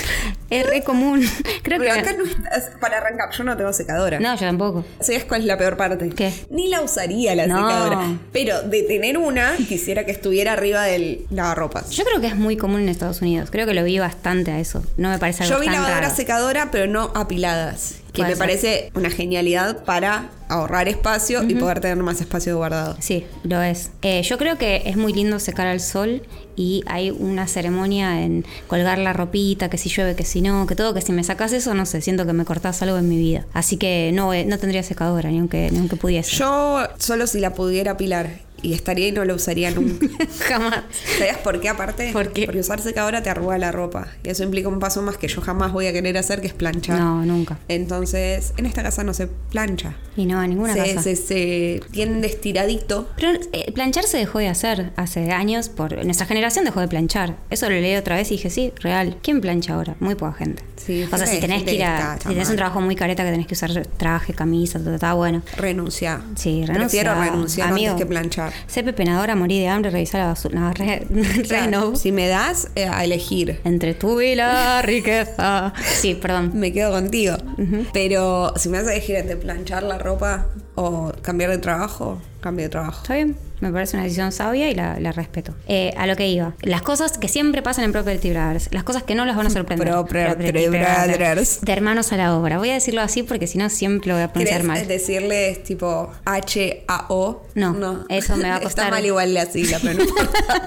[SPEAKER 3] Es re común. Creo
[SPEAKER 2] Pero
[SPEAKER 3] que.
[SPEAKER 2] acá no estás- para arrancar, yo no tengo secadora.
[SPEAKER 3] No, yo tampoco.
[SPEAKER 2] ¿Sabías cuál es la peor parte?
[SPEAKER 3] ¿Qué?
[SPEAKER 2] Ni la usaría la
[SPEAKER 3] No.
[SPEAKER 2] secadora. Pero de tener una, quisiera que estuviera arriba del lavarropas.
[SPEAKER 3] Yo creo que es muy común en Estados Unidos. Creo que lo vi bastante a eso. No me parece algo
[SPEAKER 2] Yo vi
[SPEAKER 3] tan
[SPEAKER 2] lavadora
[SPEAKER 3] raro.
[SPEAKER 2] secadora, pero no apiladas. Que
[SPEAKER 3] Puede
[SPEAKER 2] me
[SPEAKER 3] ser.
[SPEAKER 2] parece una genialidad para ahorrar espacio y poder tener más espacio guardado.
[SPEAKER 3] Sí, lo es. Eh, yo creo que es muy lindo secar al sol y hay una ceremonia en colgar la ropita, que si llueve, que si no, que todo, que si me sacas eso, no sé, siento que me cortás algo en mi vida. Así que no, eh, no tendría secadora, ni aunque, ni aunque pudiese.
[SPEAKER 2] Yo solo si la pudiera apilar y estaría y no la usaría
[SPEAKER 3] [laughs]
[SPEAKER 2] nunca.
[SPEAKER 3] [laughs] Jamás.
[SPEAKER 2] ¿Sabías por qué aparte?
[SPEAKER 3] ¿Por qué?
[SPEAKER 2] Porque usar secadora te arruga la ropa. Y eso implica un paso más que yo jamás voy a querer hacer, que es planchar.
[SPEAKER 3] No, nunca.
[SPEAKER 2] Entonces, en esta casa no se plancha.
[SPEAKER 3] Y no, a ninguna
[SPEAKER 2] se,
[SPEAKER 3] casa.
[SPEAKER 2] se, se tiende estiradito.
[SPEAKER 3] Pero eh, planchar se dejó de hacer hace años por nuestra generación dejó de planchar. Eso lo leí otra vez y dije, sí, real. ¿Quién plancha ahora? Muy poca gente.
[SPEAKER 2] Sí,
[SPEAKER 3] o sea,
[SPEAKER 2] gente-
[SPEAKER 3] si tenés
[SPEAKER 2] gente
[SPEAKER 3] que ir
[SPEAKER 2] que está
[SPEAKER 3] a, si tenés
[SPEAKER 2] mal.
[SPEAKER 3] un trabajo muy careta que tenés que usar traje, camisa, ta, ta, ta, bueno.
[SPEAKER 2] Renunciar.
[SPEAKER 3] Sí,
[SPEAKER 2] Prefiero
[SPEAKER 3] renuncia,
[SPEAKER 2] renunciar
[SPEAKER 3] amigo.
[SPEAKER 2] antes que
[SPEAKER 3] [laughs]
[SPEAKER 2] planchar.
[SPEAKER 3] Sé pepenadora, morí de hambre, revisar la basura. No, re, [laughs]
[SPEAKER 2] O sea,
[SPEAKER 3] re no.
[SPEAKER 2] Si me das eh, a elegir,
[SPEAKER 3] Entre tú y la riqueza. Sí, perdón.
[SPEAKER 2] me quedo contigo. Pero si me das a elegir entre planchar la ropa o cambiar de trabajo, cambio de trabajo.
[SPEAKER 3] Está bien, me parece una decisión sabia y la, la respeto. Eh, a lo que iba. Las cosas que siempre pasan en Property Brothers, las cosas que no las van a sorprender.
[SPEAKER 2] Property Brothers.
[SPEAKER 3] De hermanos a la obra. Voy a decirlo así porque si no siempre lo voy a pronunciar
[SPEAKER 2] ¿Querés
[SPEAKER 3] mal.
[SPEAKER 2] decirles tipo H-A-O?
[SPEAKER 3] No, eso me va a
[SPEAKER 2] [laughs]
[SPEAKER 3] costar.
[SPEAKER 2] Está mal igual la sigla, pero no
[SPEAKER 3] [laughs]
[SPEAKER 2] importa.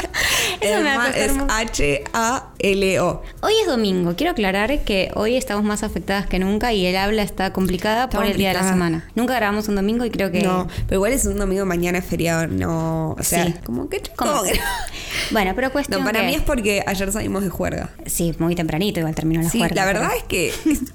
[SPEAKER 3] Eso me va a
[SPEAKER 2] Es más,
[SPEAKER 3] costar
[SPEAKER 2] Es
[SPEAKER 3] mucho.
[SPEAKER 2] H-A-L-O.
[SPEAKER 3] Hoy es domingo. Quiero aclarar que hoy estamos más afectadas que nunca y el habla está complicada
[SPEAKER 2] Está
[SPEAKER 3] por el día de la
[SPEAKER 2] complicada.
[SPEAKER 3] semana. Nunca grabamos un domingo y creo que.
[SPEAKER 2] No, pero igual es un domingo mañana es feriado, no. O sea,
[SPEAKER 3] Sí.
[SPEAKER 2] como que.
[SPEAKER 3] ¿Cómo?
[SPEAKER 2] como
[SPEAKER 3] [laughs]
[SPEAKER 2] que-
[SPEAKER 3] Bueno, pero cuestión
[SPEAKER 2] No, para
[SPEAKER 3] que-
[SPEAKER 2] mí es porque ayer salimos de juerga.
[SPEAKER 3] Sí, muy tempranito igual terminó la
[SPEAKER 2] Sí,
[SPEAKER 3] juerga,
[SPEAKER 2] la
[SPEAKER 3] pero-
[SPEAKER 2] verdad es que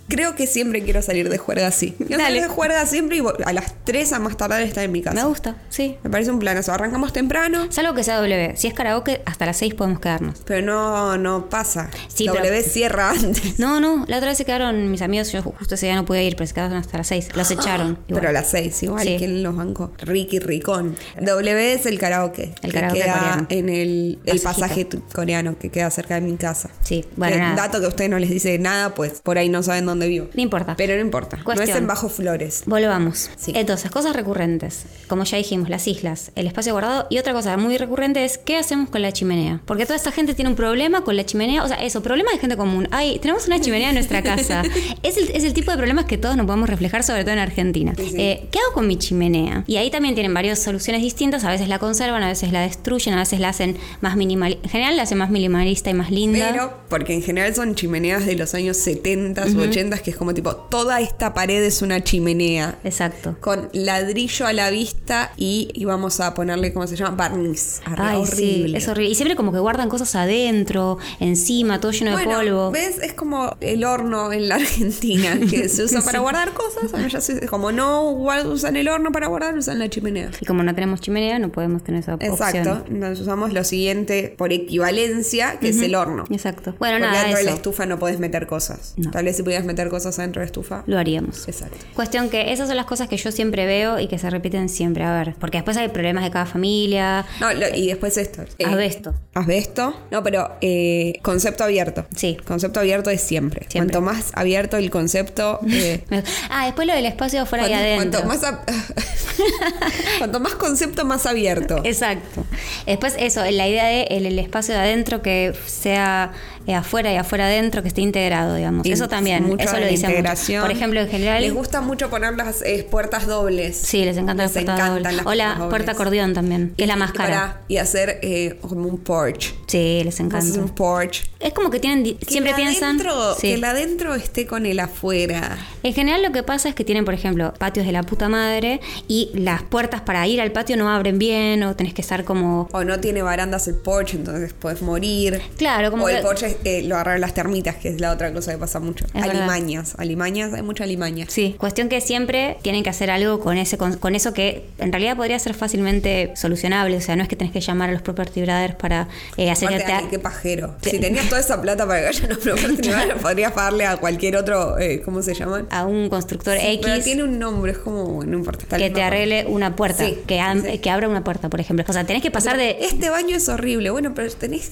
[SPEAKER 2] creo que siempre quiero salir de juerga así. Yo
[SPEAKER 3] Dale.
[SPEAKER 2] salgo de juerga siempre y vo- a las 3 a más tardar estar en mi
[SPEAKER 3] Me
[SPEAKER 2] casa.
[SPEAKER 3] gusta, sí.
[SPEAKER 2] Me parece un planazo. Arrancamos temprano,
[SPEAKER 3] Salvo que sea W. Si es karaoke, hasta las 6 podemos quedarnos.
[SPEAKER 2] pero no, no pasa.
[SPEAKER 3] Sí,
[SPEAKER 2] W
[SPEAKER 3] pero-
[SPEAKER 2] cierra antes.
[SPEAKER 3] No, no, la otra vez se quedaron mis amigos, yo justo ese día no pude ir, pero se quedaron hasta las 6. Los echaron.
[SPEAKER 2] [gasps]
[SPEAKER 3] igual.
[SPEAKER 2] Pero a las 6 igual,
[SPEAKER 3] Sí.
[SPEAKER 2] que en los bancos. Ricky Ricón. W es el karaoke.
[SPEAKER 3] El
[SPEAKER 2] que
[SPEAKER 3] karaoke
[SPEAKER 2] queda
[SPEAKER 3] coreano.
[SPEAKER 2] en el, el
[SPEAKER 3] Pasajito.
[SPEAKER 2] pasaje tu- coreano que queda cerca de mi casa.
[SPEAKER 3] Sí, bueno,
[SPEAKER 2] Que-
[SPEAKER 3] nada.
[SPEAKER 2] Dato que a ustedes no les dice nada, pues por ahí no saben dónde vivo.
[SPEAKER 3] No importa.
[SPEAKER 2] Pero no importa. No es
[SPEAKER 3] Cuestión.
[SPEAKER 2] en Bajo Flores.
[SPEAKER 3] Volvamos.
[SPEAKER 2] Sí.
[SPEAKER 3] Entonces, cosas recurrentes. Como ya dijimos, las islas, el espacio guardado. Y otra cosa muy recurrente es qué hacemos con la chimenea. Porque toda esta gente tiene un problema con la chimenea. O sea, eso, problema de gente común. Ay, tenemos una chimenea en nuestra casa.
[SPEAKER 2] [laughs]
[SPEAKER 3] es, el, es el tipo de problemas que todos nos podemos reflejar, sobre todo en Argentina. Eh, ¿Qué hago con mi chimenea? Y ahí también tienen varias soluciones distintas. A veces la conservan, a veces la destruyen, a veces la hacen más minimal. En general, la hacen más minimalista y más linda.
[SPEAKER 2] Pero, porque en general son chimeneas de los años 70 u 80, que es como tipo, toda esta pared es una chimenea.
[SPEAKER 3] Exacto.
[SPEAKER 2] Con ladrillo a la vista y íbamos a ponerle, ¿cómo se llama? Barniz. Arre,
[SPEAKER 3] Ay, sí,
[SPEAKER 2] horrible.
[SPEAKER 3] es horrible. Y siempre como que guardan cosas adentro, encima, todo lleno de
[SPEAKER 2] Bueno,
[SPEAKER 3] polvo.
[SPEAKER 2] ¿ves? Es como el horno en la Argentina, que
[SPEAKER 3] [laughs]
[SPEAKER 2] se usa para guardar cosas. allá se usa- como no guard- usan el horno para guardar, usan la chimenea.
[SPEAKER 3] Y como no tenemos chimenea, no podemos tener esa
[SPEAKER 2] Exacto.
[SPEAKER 3] opción.
[SPEAKER 2] Entonces usamos lo siguiente por equivalencia, que es el horno.
[SPEAKER 3] Exacto. Bueno,
[SPEAKER 2] Porque
[SPEAKER 3] nada,
[SPEAKER 2] dentro de la
[SPEAKER 3] eso.
[SPEAKER 2] estufa no podés meter cosas.
[SPEAKER 3] No.
[SPEAKER 2] Tal vez si pudieras meter cosas dentro de la estufa.
[SPEAKER 3] Lo haríamos.
[SPEAKER 2] Exacto.
[SPEAKER 3] Cuestión que esas son las cosas que yo siempre veo y que se repiten siempre. A ver, porque después hay problemas de cada familia.
[SPEAKER 2] No, lo- y después esto. Eh,
[SPEAKER 3] Asbesto.
[SPEAKER 2] Asbesto. No, pero eh, concepto abierto.
[SPEAKER 3] Sí.
[SPEAKER 2] Concepto abierto es siempre.
[SPEAKER 3] Siempre.
[SPEAKER 2] Cuanto más abierto el
[SPEAKER 3] [laughs]
[SPEAKER 2] concepto. eh,
[SPEAKER 3] Ah, después lo del espacio fuera y
[SPEAKER 2] cuanto,
[SPEAKER 3] adentro.
[SPEAKER 2] cuanto más ab- [laughs] cuanto más concepto, más abierto.
[SPEAKER 3] Exacto. Después eso, la idea de el, el espacio de adentro que sea eh, afuera y afuera adentro, que esté integrado, digamos.
[SPEAKER 2] Y
[SPEAKER 3] Eso también,
[SPEAKER 2] mucho
[SPEAKER 3] eso
[SPEAKER 2] de
[SPEAKER 3] lo
[SPEAKER 2] la
[SPEAKER 3] dicen mucho.
[SPEAKER 2] integración.
[SPEAKER 3] Por ejemplo, en general...
[SPEAKER 2] Les gusta mucho poner las eh, puertas dobles.
[SPEAKER 3] Sí, les encanta
[SPEAKER 2] Les
[SPEAKER 3] la puerta
[SPEAKER 2] encantan
[SPEAKER 3] doble.
[SPEAKER 2] las
[SPEAKER 3] O la
[SPEAKER 2] puertas
[SPEAKER 3] puerta
[SPEAKER 2] dobles.
[SPEAKER 3] acordeón también, que es la más
[SPEAKER 2] Y
[SPEAKER 3] cara.
[SPEAKER 2] para- y hacer eh, como un porch.
[SPEAKER 3] Sí, les
[SPEAKER 2] Haces
[SPEAKER 3] encanta.
[SPEAKER 2] un porch.
[SPEAKER 3] Es como que tienen di-
[SPEAKER 2] Que
[SPEAKER 3] siempre
[SPEAKER 2] el
[SPEAKER 3] piensan
[SPEAKER 2] adentro-
[SPEAKER 3] sí.
[SPEAKER 2] Que el adentro esté con el afuera.
[SPEAKER 3] En general lo que pasa es que tienen, por ejemplo, patios de la puta madre y las puertas para ir al patio no abren bien o tenés que estar como
[SPEAKER 2] O no tiene barandas el porche, entonces puedes morir.
[SPEAKER 3] Claro, como
[SPEAKER 2] O el
[SPEAKER 3] que-
[SPEAKER 2] porche eh, lo agarran las termitas, que es la otra cosa que pasa mucho.
[SPEAKER 3] Es verdad.
[SPEAKER 2] alimañas, alimañas, hay mucha alimaña.
[SPEAKER 3] Sí, cuestión que siempre tienen que hacer algo con ese con, con eso que en realidad podría ser fácilmente solucionable, o sea, no es que tenés que llamar a los property para eh, hacer
[SPEAKER 2] Aparte,
[SPEAKER 3] arte-
[SPEAKER 2] ay, qué pajero.
[SPEAKER 3] Sí.
[SPEAKER 2] Si tenías toda esa plata para que haya unos
[SPEAKER 3] [laughs]
[SPEAKER 2] propietarios, podrías pagarle a cualquier otro, eh, ¿cómo se llaman?
[SPEAKER 3] a un constructor
[SPEAKER 2] Sí,
[SPEAKER 3] X.
[SPEAKER 2] Pero tiene un nombre, es como, no importa. tal
[SPEAKER 3] que
[SPEAKER 2] vez
[SPEAKER 3] te
[SPEAKER 2] no.
[SPEAKER 3] arregle una puerta,
[SPEAKER 2] Sí,
[SPEAKER 3] que, am-
[SPEAKER 2] sí.
[SPEAKER 3] que abra una puerta, por ejemplo. O sea, tenés que pasar de...
[SPEAKER 2] Este baño es horrible. Bueno, pero tenés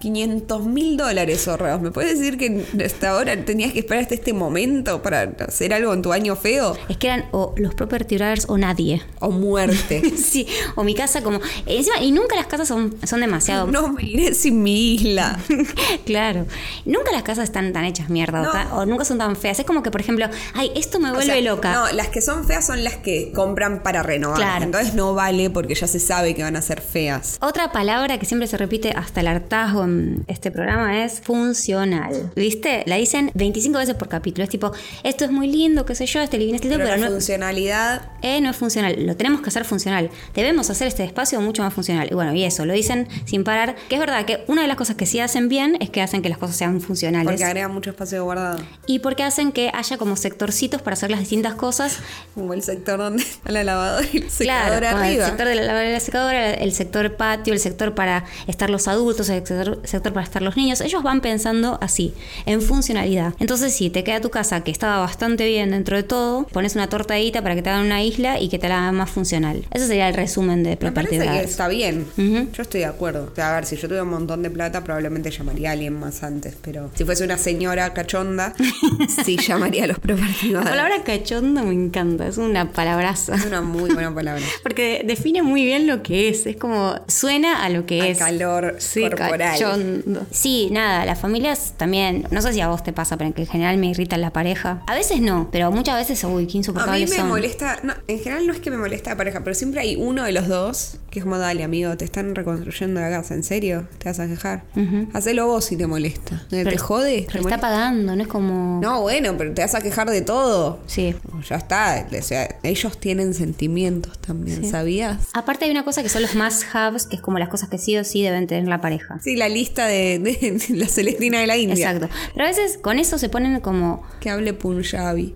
[SPEAKER 2] 500 mil dólares ahorrados. ¿Me puedes decir que hasta ahora tenías que esperar hasta este momento para hacer algo en tu baño feo?
[SPEAKER 3] Es que eran o los property owners o nadie. [laughs]
[SPEAKER 2] O muerte.
[SPEAKER 3] Sí, o mi casa como... Encima, y nunca las casas son, son demasiado...
[SPEAKER 2] No me iré sin mi isla.
[SPEAKER 3] [laughs] claro. Nunca las casas están tan hechas mierda
[SPEAKER 2] No.
[SPEAKER 3] o, tan- o nunca son tan feas. Es como que, por ejemplo, ay, esto me vuelve
[SPEAKER 2] O sea,
[SPEAKER 3] loca.
[SPEAKER 2] No, las que son feas son las que compran para renovar.
[SPEAKER 3] Claro.
[SPEAKER 2] Entonces no vale porque ya se sabe que van a ser feas.
[SPEAKER 3] Otra palabra que siempre se repite hasta el hartazgo en este programa es funcional. ¿Viste? La dicen 25 veces por capítulo. Es tipo, esto es muy lindo, qué sé yo, este living es lindo,
[SPEAKER 2] Pero,
[SPEAKER 3] pero,
[SPEAKER 2] la
[SPEAKER 3] no,
[SPEAKER 2] funcionalidad.
[SPEAKER 3] eh, no es funcional. Lo tenemos que hacer funcional. Debemos hacer este espacio mucho más funcional. Y bueno, y eso, lo dicen sin parar. Que es verdad que una de las cosas que sí hacen bien es que hacen que las cosas sean funcionales.
[SPEAKER 2] Porque agrega mucho espacio guardado.
[SPEAKER 3] Y porque hacen que haya como sectorcitos para hacer las distintas cosas.
[SPEAKER 2] Como el sector donde [laughs] está la lavadora y la
[SPEAKER 3] Claro,
[SPEAKER 2] secadora
[SPEAKER 3] con el
[SPEAKER 2] arriba.
[SPEAKER 3] sector de la lavadora y la secadora, el sector patio, el sector para estar los adultos, el sector, sector para estar los niños. Ellos van pensando así, en funcionalidad. Entonces, si te queda tu casa que estaba bastante bien dentro de todo, pones una tortadita para que te hagan una isla y que te la hagan más funcional. Ese sería el resumen de
[SPEAKER 2] Me
[SPEAKER 3] Property
[SPEAKER 2] parece que
[SPEAKER 3] Brothers.
[SPEAKER 2] está bien.
[SPEAKER 3] Ujú.
[SPEAKER 2] Yo estoy de acuerdo. O sea, a ver, si yo tuviera un montón de plata, probablemente llamaría a alguien más antes. Pero si fuese una señora
[SPEAKER 3] [laughs]
[SPEAKER 2] cachonda, sí llamaría a los
[SPEAKER 3] La
[SPEAKER 2] propietarios.
[SPEAKER 3] palabra cachondo me encanta, es una palabraza. [laughs]
[SPEAKER 2] Es una muy buena palabra.
[SPEAKER 3] Porque define muy bien lo que es, es como suena a lo que
[SPEAKER 2] A
[SPEAKER 3] es.
[SPEAKER 2] calor corporal.
[SPEAKER 3] cachondo. Sí, nada, las familias también, no sé si a vos te pasa, pero que en general me irritan la pareja. A veces no, pero muchas veces, uy,
[SPEAKER 2] A mí
[SPEAKER 3] qué
[SPEAKER 2] me
[SPEAKER 3] insoportables son.
[SPEAKER 2] molesta, no, en general no es que me molesta la pareja, pero siempre hay uno de los dos que es como, dale amigo, te están reconstruyendo la casa, ¿en serio? ¿Te vas a quejar? Hacelo vos, vos si te molesta. ¿Te
[SPEAKER 3] Pero-
[SPEAKER 2] jode? ¿Te
[SPEAKER 3] Pero está
[SPEAKER 2] molesta?
[SPEAKER 3] pagando, no es como.
[SPEAKER 2] No, bueno, pero te vas a quejar de todo.
[SPEAKER 3] Sí.
[SPEAKER 2] Ya está. O sea, ellos tienen sentimientos también, ¿sabías?
[SPEAKER 3] Aparte hay una cosa que son los must haves, que es como las cosas que sí o sí deben tener la pareja.
[SPEAKER 2] Sí, la lista de, de la Celestina de la India.
[SPEAKER 3] Exacto. Pero a veces con eso se ponen como. [laughs]
[SPEAKER 2] Que hable Punjabi.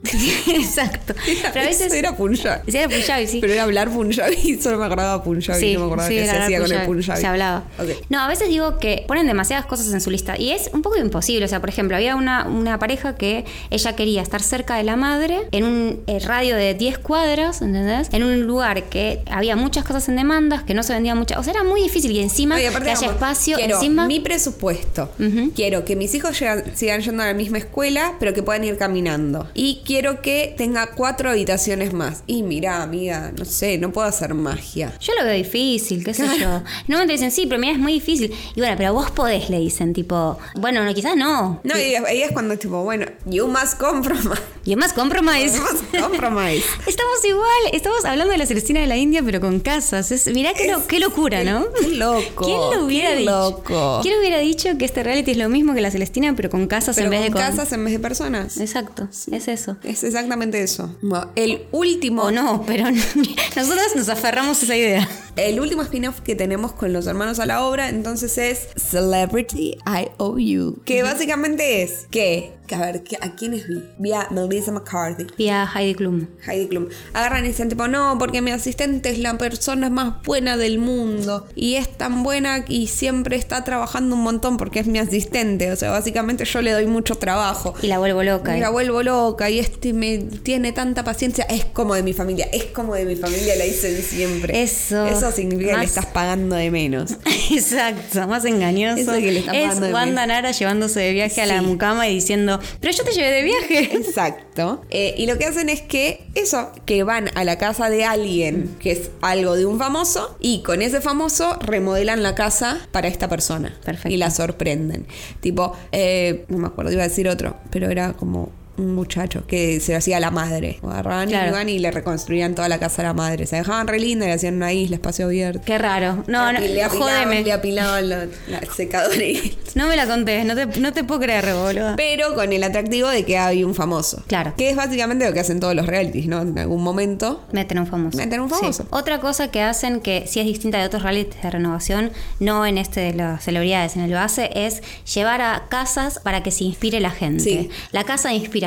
[SPEAKER 3] Exacto. Pero
[SPEAKER 2] [laughs]
[SPEAKER 3] a veces.
[SPEAKER 2] Eso era Punjabi.
[SPEAKER 3] Sí, era Punjabi, sí.
[SPEAKER 2] Pero era hablar Punjabi, [laughs] solo me acordaba Punjabi,
[SPEAKER 3] Sí,
[SPEAKER 2] no me acordaba
[SPEAKER 3] sí,
[SPEAKER 2] qué se
[SPEAKER 3] era
[SPEAKER 2] hacía con el
[SPEAKER 3] Punjabi,
[SPEAKER 2] Punjabi.
[SPEAKER 3] Se hablaba.
[SPEAKER 2] Ok.
[SPEAKER 3] No, a veces digo que ponen demasiadas cosas en su lista y es un poco imposible. O sea, por ejemplo, había una, una pareja que ella quería estar cerca de la madre en un eh, radio de 10 cuadras, ¿entendés? En un lugar que había muchas cosas en demandas, que no se vendía muchas. O sea, era muy difícil y encima
[SPEAKER 2] No, y
[SPEAKER 3] que
[SPEAKER 2] aparte,
[SPEAKER 3] haya
[SPEAKER 2] como,
[SPEAKER 3] espacio,
[SPEAKER 2] quiero
[SPEAKER 3] encima.
[SPEAKER 2] mi presupuesto.
[SPEAKER 3] Ujú.
[SPEAKER 2] Quiero que mis hijos llegan- sigan yendo a la misma escuela, pero que puedan ir caminando. Y quiero que tenga cuatro habitaciones más. Y mira, amiga, no sé, no puedo hacer magia.
[SPEAKER 3] Yo lo veo difícil, qué sé yo. No me dicen, sí, pero mira, es muy difícil. Y bueno, pero vos podés, le dicen, tipo, bueno, no, quizás no.
[SPEAKER 2] No, y ahí es cuando es tipo, bueno, you must compromise. [laughs]
[SPEAKER 3] Y además, compromise.
[SPEAKER 2] You must compromise.
[SPEAKER 3] Estamos igual, estamos hablando de la Celestina de la India, pero con casas. Es, mirá qué, lo- qué locura, ¿no?
[SPEAKER 2] Qué loco.
[SPEAKER 3] ¿Quién lo hubiera
[SPEAKER 2] qué
[SPEAKER 3] dicho?
[SPEAKER 2] loco.
[SPEAKER 3] ¿Quién hubiera dicho que este reality es lo mismo que la Celestina, pero con casas
[SPEAKER 2] Pero
[SPEAKER 3] en vez de
[SPEAKER 2] con
[SPEAKER 3] con
[SPEAKER 2] casas en vez de personas.
[SPEAKER 3] Exacto, es eso.
[SPEAKER 2] Es exactamente eso. Bueno, el último.
[SPEAKER 3] O no, pero [laughs] nosotros nos aferramos a esa idea.
[SPEAKER 2] El último spin-off que tenemos con los hermanos a la obra, entonces es Celebrity I Owe You. Que básicamente es que, que a ver, que- ¿a quiénes vi? Vi a Melissa McCarthy.
[SPEAKER 3] Vía Heidi Klum.
[SPEAKER 2] Heidi Klum. Agarran y dicen tipo, no, porque mi asistente es la persona más buena del mundo. Y es tan buena y siempre está trabajando un montón porque es mi asistente. O sea, básicamente yo le doy mucho trabajo.
[SPEAKER 3] Y la vuelvo loca.
[SPEAKER 2] Y la vuelvo loca y este me tiene tanta paciencia. Es como de mi familia, es como de mi familia, la dicen siempre.
[SPEAKER 3] Eso.
[SPEAKER 2] Eso significa que
[SPEAKER 3] Más-
[SPEAKER 2] le estás pagando de menos.
[SPEAKER 3] [laughs] Exacto, más engañoso.
[SPEAKER 2] Eso que le está
[SPEAKER 3] es
[SPEAKER 2] pagando de
[SPEAKER 3] Wanda Nara llevándose de viaje a la
[SPEAKER 2] Sí.
[SPEAKER 3] mucama y diciendo, pero yo te llevé de viaje.
[SPEAKER 2] Exacto. Eh, y lo que hacen es que eso, que van a la casa de alguien, que es algo de un famoso, y con ese famoso remodelan la casa para esta persona.
[SPEAKER 3] Perfecto.
[SPEAKER 2] Y la sorprenden. Tipo, eh, no me acuerdo, iba a decir otro, pero era como un muchacho que se lo hacía a la madre. Agarraban y
[SPEAKER 3] Claro.
[SPEAKER 2] iban y le reconstruían toda la casa a la madre. Se dejaban re linda, le hacían una isla, espacio abierto.
[SPEAKER 3] Qué raro. No, no,
[SPEAKER 2] Y le apilaban-
[SPEAKER 3] jódeme.
[SPEAKER 2] Le apilaban la, la secadora y
[SPEAKER 3] No me la contés, no te, no te puedo creer, boludo.
[SPEAKER 2] pero con el atractivo de que hay un famoso.
[SPEAKER 3] Claro.
[SPEAKER 2] Que es básicamente lo que hacen todos los realities, ¿no? En algún momento.
[SPEAKER 3] Meten a un famoso.
[SPEAKER 2] Meten a un famoso.
[SPEAKER 3] Otra cosa que hacen que sí es distinta de otros realities de renovación, no en este de las celebridades, en el base, es llevar a casas para que se inspire la gente.
[SPEAKER 2] Sí.
[SPEAKER 3] La casa de inspiración.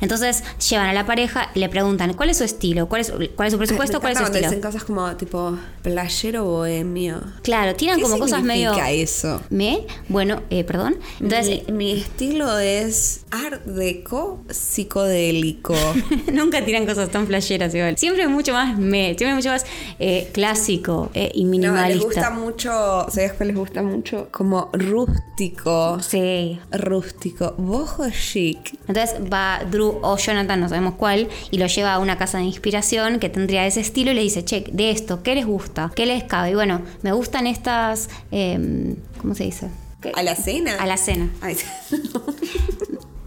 [SPEAKER 3] Entonces llevan a la pareja, le preguntan cuál es su estilo, cuál es, cuál es
[SPEAKER 2] [laughs]
[SPEAKER 3] su presupuesto,
[SPEAKER 2] Me
[SPEAKER 3] cuál es
[SPEAKER 2] encanta
[SPEAKER 3] su
[SPEAKER 2] cuando
[SPEAKER 3] estilo.
[SPEAKER 2] dicen cosas como tipo playero bohemio.
[SPEAKER 3] Claro, tiran
[SPEAKER 2] ¿Qué
[SPEAKER 3] Ah, como cosas medio.
[SPEAKER 2] significa eso?
[SPEAKER 3] ¿Me? Bueno, eh, perdón. Entonces,
[SPEAKER 2] mi, mi estilo es art deco
[SPEAKER 3] [laughs]
[SPEAKER 2] psicodélico.
[SPEAKER 3] Nunca tiran cosas tan flasheras igual. Siempre es mucho más me, siempre es mucho más eh, clásico eh, y
[SPEAKER 2] no, les
[SPEAKER 3] minimalista.
[SPEAKER 2] gusta mucho, ¿sabes cuál les gusta mucho? Como rústico.
[SPEAKER 3] sí.
[SPEAKER 2] Rústico. Bojo chic.
[SPEAKER 3] Entonces va Drew o Jonathan, no sabemos cuál, y lo lleva a una casa de inspiración que tendría ese estilo y le dice, che, de esto, ¿qué les gusta? ¿Qué les cabe? Y bueno, me gustan estas, em, ¿cómo se dice? ¿Qué?
[SPEAKER 2] ¿A la cena?
[SPEAKER 3] A la cena.
[SPEAKER 2] Ay, [laughs]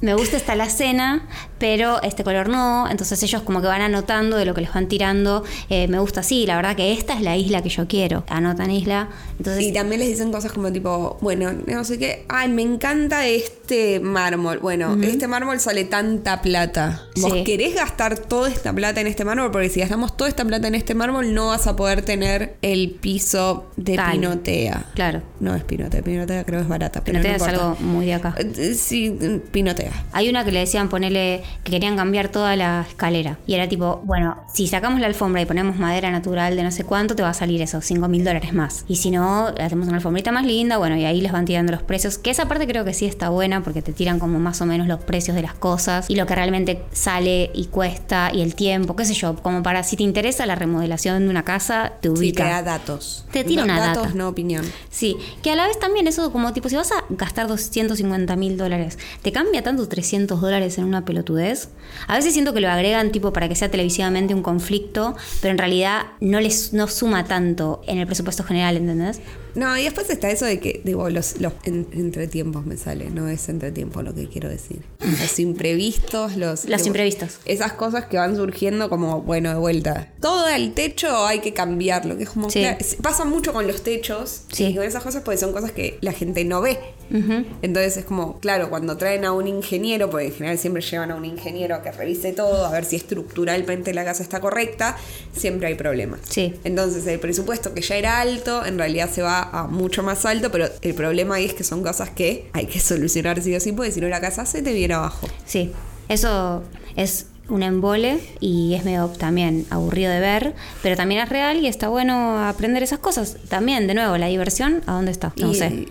[SPEAKER 3] Me gusta esta la cena, pero este color no. Entonces ellos como que van anotando de lo que les van tirando. eh, me gusta así, la verdad que esta es la isla que yo quiero. Anotan isla. Entonces
[SPEAKER 2] Y también les dicen cosas como tipo, bueno, no sé qué, ay, me encanta este mármol. Bueno, este mármol sale tanta plata. Vos
[SPEAKER 3] Sí.
[SPEAKER 2] querés gastar toda esta plata en este mármol, porque si gastamos toda esta plata en este mármol, no vas a poder tener el piso de
[SPEAKER 3] Tal.
[SPEAKER 2] pinotea.
[SPEAKER 3] Claro.
[SPEAKER 2] No es pinotea, pinotea creo que es barata. Pero no
[SPEAKER 3] Pinotea es algo
[SPEAKER 2] importa.
[SPEAKER 3] muy de acá.
[SPEAKER 2] Eh, Sí, eh, pinotea.
[SPEAKER 3] Hay una que le decían ponerle que querían cambiar toda la escalera. Y era tipo, bueno, si sacamos la alfombra y ponemos madera natural de no sé cuánto, te va a salir eso, 5 mil dólares más. Y si no, hacemos una alfombrita más linda, bueno, y ahí les van tirando los precios. Que esa parte creo que sí está buena porque te tiran como más o menos los precios de las cosas y lo que realmente sale y cuesta y el tiempo, qué sé yo. Como para si te interesa la remodelación de una casa, te
[SPEAKER 2] Sí, te
[SPEAKER 3] ubica.
[SPEAKER 2] da datos.
[SPEAKER 3] Te tira una
[SPEAKER 2] datos,
[SPEAKER 3] data.
[SPEAKER 2] no opinión.
[SPEAKER 3] Sí, que a la vez también eso como tipo, si vas a gastar 250 mil dólares, ¿te cambia tanto 300 dólares en una pelotudez? A veces siento que lo agregan tipo para que sea televisivamente un conflicto, pero en realidad no les no suma tanto en el presupuesto general, ¿entendés?
[SPEAKER 2] No, y después está eso de que, digo, los, los en- entretiempos me sale, no es entretiempo lo que quiero decir. Los imprevistos, los...
[SPEAKER 3] Los
[SPEAKER 2] digo,
[SPEAKER 3] imprevistos.
[SPEAKER 2] Esas cosas que van surgiendo como, bueno, de vuelta. Todo el techo hay que cambiarlo, que es como...
[SPEAKER 3] Sí.
[SPEAKER 2] claro, es- pasa mucho con los techos
[SPEAKER 3] Sí.
[SPEAKER 2] y con esas cosas porque son cosas que la gente no ve.
[SPEAKER 3] Ujú.
[SPEAKER 2] Entonces es como, claro, cuando traen a un ingeniero, porque en general siempre llevan a un ingeniero que revise todo, a ver si estructuralmente la casa está correcta, siempre hay problemas.
[SPEAKER 3] Sí.
[SPEAKER 2] Entonces el presupuesto que ya era alto, en realidad se va a mucho más alto, pero el problema ahí es que son cosas que hay que solucionar sí o sí, porque si no la casa se te viene abajo.
[SPEAKER 3] Sí, eso es un embole y es medio también aburrido de ver, pero también es real y está bueno aprender esas cosas. También, de nuevo, la diversión, ¿a dónde está? No
[SPEAKER 2] Y-
[SPEAKER 3] sé.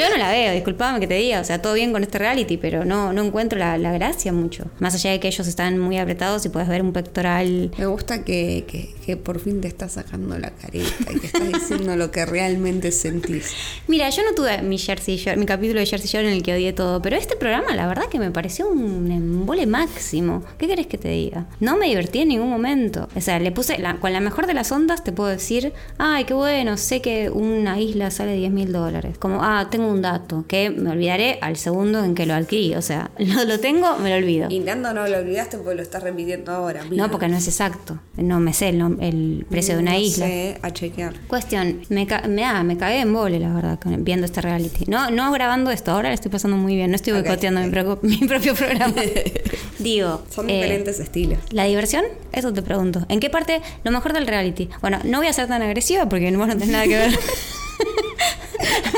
[SPEAKER 3] Yo no la veo, disculpame que te diga, o sea, todo bien con este reality, pero no, no encuentro la, la gracia mucho. Más allá de que ellos están muy apretados y puedes ver un pectoral.
[SPEAKER 2] Me gusta que, que- que por fin te estás sacando la careta y que estás diciendo lo que realmente
[SPEAKER 3] [laughs]
[SPEAKER 2] sentís.
[SPEAKER 3] Mira, yo no tuve mi Jersey Shore, mi capítulo de Jersey Shore en el que odié todo, pero este programa la verdad que me pareció un embole máximo. ¿Qué querés que te diga? No me divertí en ningún momento. O sea, le puse, la- con la mejor de las ondas te puedo decir, ay, qué bueno, sé que una isla sale 10 mil dólares. Como, ah, tengo un dato, que me olvidaré al segundo en que lo adquirí. O sea, [laughs] lo, lo tengo, me lo olvido.
[SPEAKER 2] Y Nando no lo olvidaste porque lo estás repitiendo ahora.
[SPEAKER 3] No, porque no es exacto. No me sé el, nom- el precio de una isla.
[SPEAKER 2] a chequear.
[SPEAKER 3] Cuestión, me, ca- me, ah, me cagué en vole, la verdad, con- viendo este reality. No, no grabando esto, ahora lo estoy pasando muy bien, no estoy
[SPEAKER 2] Ok.
[SPEAKER 3] boicoteando mi, pro- mi
[SPEAKER 2] [laughs]
[SPEAKER 3] propio programa. Digo,
[SPEAKER 2] Son
[SPEAKER 3] eh,
[SPEAKER 2] diferentes estilos.
[SPEAKER 3] ¿La diversión? Eso te pregunto. ¿En qué parte lo mejor del reality? Bueno, no voy a ser tan agresiva porque vos no tenés nada
[SPEAKER 2] [laughs]
[SPEAKER 3] que ver. [laughs]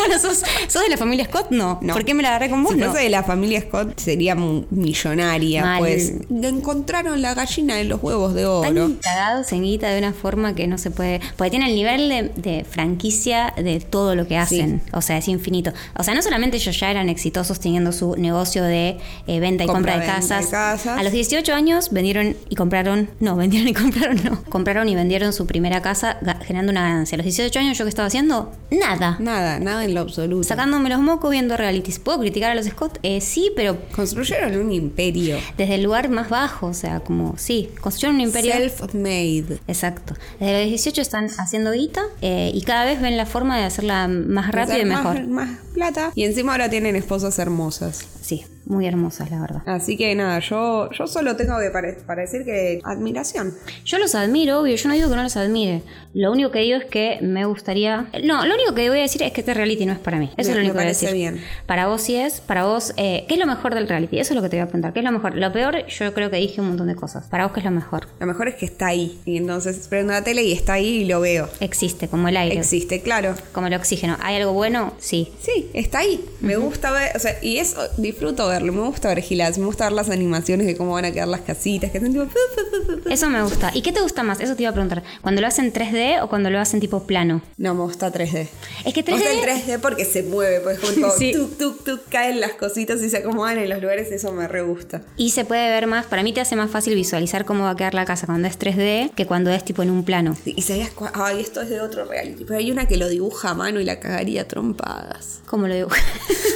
[SPEAKER 3] bueno, ¿sos, sos de la familia Scott? No.
[SPEAKER 2] No.
[SPEAKER 3] ¿Por qué me la agarré con vos?
[SPEAKER 2] Si
[SPEAKER 3] No.
[SPEAKER 2] fuese de la familia Scott, sería mu- millonaria,
[SPEAKER 3] Mal.
[SPEAKER 2] pues. Encontraron la gallina en los huevos de
[SPEAKER 3] Están
[SPEAKER 2] oro.
[SPEAKER 3] cagados en guita de una forma que no se puede. Porque tienen el nivel de, de franquicia de todo lo que hacen. O sea, es infinito. O sea, no solamente ellos ya eran exitosos teniendo su negocio de eh, venta y compra, de,
[SPEAKER 2] Compra-venta de
[SPEAKER 3] casas.
[SPEAKER 2] casas.
[SPEAKER 3] A los 18 años vendieron y compraron. No, [laughs] vendieron y compraron, no. Compraron y vendieron su primera casa ga- generando una ganancia. A los 18 años, ¿yo que estaba haciendo? Nada.
[SPEAKER 2] Nada, nada en lo absoluto.
[SPEAKER 3] Sacándome los mocos viendo realities. ¿Puedo criticar a los Scott? Eh, sí, pero
[SPEAKER 2] Construyeron un imperio.
[SPEAKER 3] desde el lugar más bajo. O sea, como, sí, construyeron un imperio.
[SPEAKER 2] Self-made.
[SPEAKER 3] Exacto. Desde los 18 están haciendo guita eh, y cada vez ven la forma de hacerla más rápida y
[SPEAKER 2] Hacer más-
[SPEAKER 3] mejor.
[SPEAKER 2] Más, plata. Y encima ahora tienen esposas hermosas.
[SPEAKER 3] Sí, muy hermosas, la verdad.
[SPEAKER 2] Así que nada, yo, yo solo tengo que pare- para decir que admiración.
[SPEAKER 3] Yo los admiro, obvio, yo no digo que no los admire. Lo único que digo es que me gustaría... No, lo único que voy a decir es que este reality no es para mí. Eso
[SPEAKER 2] Me-
[SPEAKER 3] es lo
[SPEAKER 2] me
[SPEAKER 3] único que voy a
[SPEAKER 2] parece
[SPEAKER 3] decir.
[SPEAKER 2] bien.
[SPEAKER 3] Para vos sí es, para vos... eh, ¿Qué es lo mejor del reality? Eso es lo que te voy a preguntar. ¿Qué es lo mejor? Lo peor, yo creo que dije un montón de cosas. Para vos, ¿qué es lo mejor?
[SPEAKER 2] Lo mejor es que está ahí. Y entonces prendo la tele y está ahí y lo veo.
[SPEAKER 3] Existe, como el aire.
[SPEAKER 2] Existe, claro.
[SPEAKER 3] Como el oxígeno. ¿Hay algo bueno? Sí.
[SPEAKER 2] Sí, está ahí. Me gusta ver, o sea, y eso disfruto verlo. Me gusta ver giladas, me gusta ver las animaciones de cómo van a quedar las casitas, que hacen tipo. pu, pu, pu, pu.
[SPEAKER 3] Eso me gusta. ¿Y qué te gusta más? Eso te iba a preguntar. ¿Cuando lo hacen 3D o cuando lo hacen tipo plano?
[SPEAKER 2] No, me gusta 3D.
[SPEAKER 3] Es que
[SPEAKER 2] Me gusta
[SPEAKER 3] 3D
[SPEAKER 2] el 3D porque se mueve, pues
[SPEAKER 3] [laughs]
[SPEAKER 2] como todo,
[SPEAKER 3] Sí.
[SPEAKER 2] tuk, tuk, tuk, caen las cositas y se acomodan en los lugares, eso me re gusta.
[SPEAKER 3] Y se puede ver más, para mí te hace más fácil visualizar cómo va a quedar la casa cuando es 3D que cuando es tipo en un plano.
[SPEAKER 2] Sí, Y sabías, cua- ay, esto es de otro reality, pero hay una que lo dibuja a mano y la cagaría a trompadas.
[SPEAKER 3] ¿Cómo lo digo? [laughs]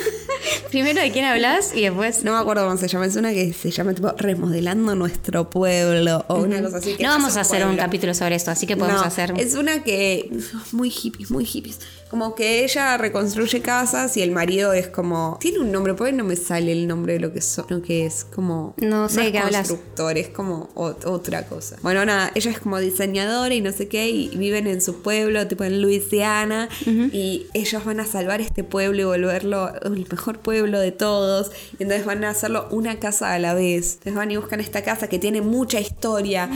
[SPEAKER 3] Primero de quién hablas y después...
[SPEAKER 2] No me acuerdo cómo se llama, es una que se llama tipo Remodelando nuestro pueblo o una cosa así. que
[SPEAKER 3] No
[SPEAKER 2] es
[SPEAKER 3] vamos a hacer un
[SPEAKER 2] pueblo.
[SPEAKER 3] capítulo sobre esto, así que podemos
[SPEAKER 2] No,
[SPEAKER 3] hacer...
[SPEAKER 2] Es una que. Muy hippies, muy hippies. Como que ella reconstruye casas y el marido es como. Tiene un nombre, porque no me sale el nombre de lo que, so- lo que es. Como.
[SPEAKER 3] No sé
[SPEAKER 2] no
[SPEAKER 3] de qué
[SPEAKER 2] es
[SPEAKER 3] hablas.
[SPEAKER 2] constructor, es como ot- otra cosa. Bueno, nada, ella es como diseñadora y no sé qué, y viven en su pueblo, tipo en Luisiana, y ellos van a salvar este pueblo y volverlo el mejor pueblo de todos. Y entonces van a hacerlo una casa a la vez. Entonces van y buscan esta casa que tiene mucha historia.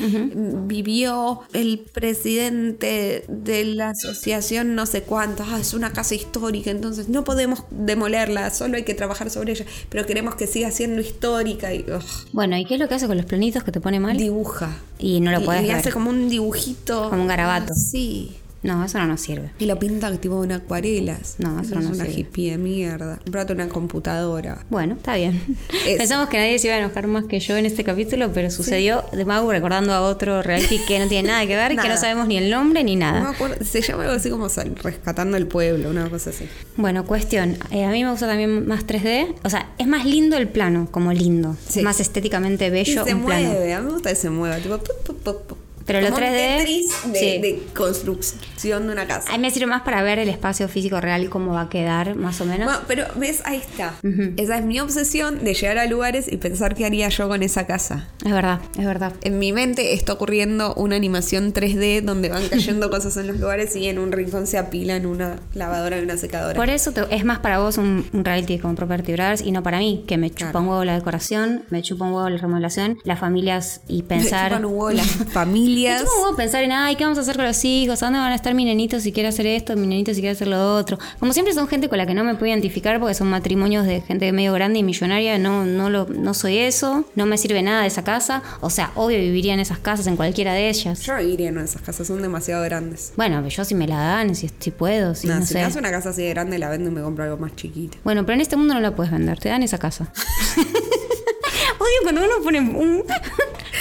[SPEAKER 2] Vivió el presidente de la asociación no sé cuánto. Ah, es una casa histórica, entonces no podemos demolerla, solo hay que trabajar sobre ella, pero queremos que siga siendo histórica y... ugh.
[SPEAKER 3] Bueno, ¿y qué es lo que hace con los planitos que te pone mal?
[SPEAKER 2] Dibuja.
[SPEAKER 3] Y no lo
[SPEAKER 2] Y-
[SPEAKER 3] podés
[SPEAKER 2] y
[SPEAKER 3] ver.
[SPEAKER 2] hace como un dibujito.
[SPEAKER 3] Como un garabato.
[SPEAKER 2] Sí.
[SPEAKER 3] No, eso no nos sirve.
[SPEAKER 2] Y lo pinta tipo en acuarelas.
[SPEAKER 3] No, eso no
[SPEAKER 2] Es una
[SPEAKER 3] sirve.
[SPEAKER 2] hippie de mierda. Comprate una computadora.
[SPEAKER 3] Bueno, está bien.
[SPEAKER 2] [laughs] Es-
[SPEAKER 3] Pensamos que nadie se iba a enojar más que yo en este capítulo, pero sucedió de Mau recordando a otro reality que no tiene nada que ver, que no
[SPEAKER 2] Nada.
[SPEAKER 3] sabemos ni el nombre ni nada.
[SPEAKER 2] No me acuerdo, se llama algo así como sal- Rescatando el Pueblo, una cosa así.
[SPEAKER 3] Bueno, cuestión. Eh, a mí me gusta también más 3D. O sea, es más lindo el plano, como lindo.
[SPEAKER 2] Sí.
[SPEAKER 3] Más estéticamente bello
[SPEAKER 2] y se
[SPEAKER 3] un plano.
[SPEAKER 2] mueve, a mí me gusta que se mueva. Tipo, pop, pop, pop, pop.
[SPEAKER 3] Pero lo
[SPEAKER 2] Como un
[SPEAKER 3] 3D.
[SPEAKER 2] Tetris de,
[SPEAKER 3] sí.
[SPEAKER 2] de construcción de una casa.
[SPEAKER 3] A mí me sirve más para ver el espacio físico real, cómo va a quedar, más o menos.
[SPEAKER 2] Bueno, pero ves, ahí está. Esa es mi obsesión de llegar a lugares y pensar qué haría yo con esa casa.
[SPEAKER 3] es verdad, es verdad.
[SPEAKER 2] En mi mente está ocurriendo una animación 3D donde
[SPEAKER 3] [laughs]
[SPEAKER 2] van cayendo cosas en los lugares y en un rincón se apilan una lavadora y una secadora. [laughs]
[SPEAKER 3] Por eso te- es más para vos un, un reality como Property Brothers y no para mí, que me chupa
[SPEAKER 2] Claro.
[SPEAKER 3] un huevo la decoración, me chupa un huevo la remodelación, las familias y pensar.
[SPEAKER 2] Chupan huevo
[SPEAKER 3] [laughs]
[SPEAKER 2] las
[SPEAKER 3] Es
[SPEAKER 2] familias.
[SPEAKER 3] como vos pensar en, ay, ¿qué vamos a hacer con los hijos? ¿A dónde van a estar mi nenito si quiere hacer esto? Mi nenito si quiere hacer lo otro. Como siempre son gente con la que no me puedo identificar porque son matrimonios de gente medio grande y millonaria. No, no, lo, no soy eso. No me sirve nada de esa casa. O sea, obvio viviría en esas casas, en cualquiera de ellas.
[SPEAKER 2] Yo no iría en esas casas, son demasiado grandes.
[SPEAKER 3] Bueno, yo si me la dan, si, si puedo, si
[SPEAKER 2] Nada,
[SPEAKER 3] no
[SPEAKER 2] si
[SPEAKER 3] sé.
[SPEAKER 2] me hace una casa así de grande, la vendo y me compro algo más chiquito.
[SPEAKER 3] Bueno, pero en este mundo no la puedes vender, te dan
[SPEAKER 2] [laughs]
[SPEAKER 3] esa casa. Odio cuando uno pone un,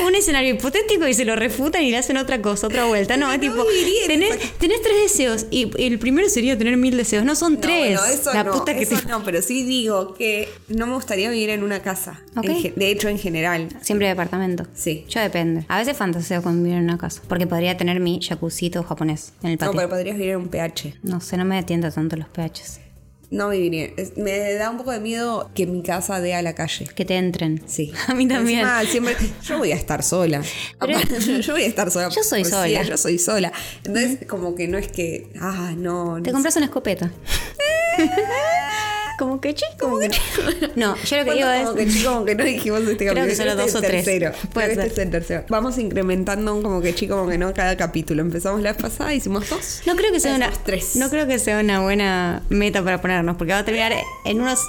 [SPEAKER 3] un escenario hipotético y se lo refutan y le hacen otra cosa, otra vuelta. No, es tipo,
[SPEAKER 2] viviría en
[SPEAKER 3] tenés, tenés tres deseos y el primero sería tener mil deseos, no son tres.
[SPEAKER 2] No, bueno, eso
[SPEAKER 3] la
[SPEAKER 2] no,
[SPEAKER 3] puta que
[SPEAKER 2] eso
[SPEAKER 3] te...
[SPEAKER 2] no, pero sí digo que no me gustaría vivir en una casa.
[SPEAKER 3] Ok. Ah,
[SPEAKER 2] En ge- de hecho, en general.
[SPEAKER 3] Siempre departamento.
[SPEAKER 2] Sí.
[SPEAKER 3] Yo depende. A veces fantaseo con vivir en una casa, porque podría tener mi jacuzito japonés en el
[SPEAKER 2] No,
[SPEAKER 3] patio. No,
[SPEAKER 2] pero podrías vivir en un PH.
[SPEAKER 3] sé, no me atienta tanto los PHs.
[SPEAKER 2] No viviría. Es- Me da un poco de miedo que mi casa dé a la calle.
[SPEAKER 3] Que te entren.
[SPEAKER 2] Sí.
[SPEAKER 3] [laughs] A mí también.
[SPEAKER 2] Encima, siempre, yo voy a estar sola.
[SPEAKER 3] [laughs] Pero-
[SPEAKER 2] Aparte, yo, yo voy a estar sola.
[SPEAKER 3] Yo soy
[SPEAKER 2] por
[SPEAKER 3] sola.
[SPEAKER 2] sí, yo soy sola. Entonces, como que no es que. Ah, no.
[SPEAKER 3] Te
[SPEAKER 2] no [laughs]
[SPEAKER 3] compras una escopeta. como que chico, como que chi. [laughs] No, yo lo que
[SPEAKER 2] ¿Cuánto
[SPEAKER 3] digo es.
[SPEAKER 2] como que chico, como que no dijimos este
[SPEAKER 3] Creo
[SPEAKER 2] capítulo?
[SPEAKER 3] que solo
[SPEAKER 2] Este
[SPEAKER 3] dos
[SPEAKER 2] es
[SPEAKER 3] o
[SPEAKER 2] el
[SPEAKER 3] tres.
[SPEAKER 2] tercero.
[SPEAKER 3] Puede
[SPEAKER 2] Creo que
[SPEAKER 3] ser.
[SPEAKER 2] este es el tercero. Vamos incrementando un como que chico, como que no cada capítulo. Empezamos la vez pasada, hicimos dos.
[SPEAKER 3] No creo que sea una.
[SPEAKER 2] Hacemos tres.
[SPEAKER 3] No creo que sea una buena meta para ponernos, porque va a terminar en unos.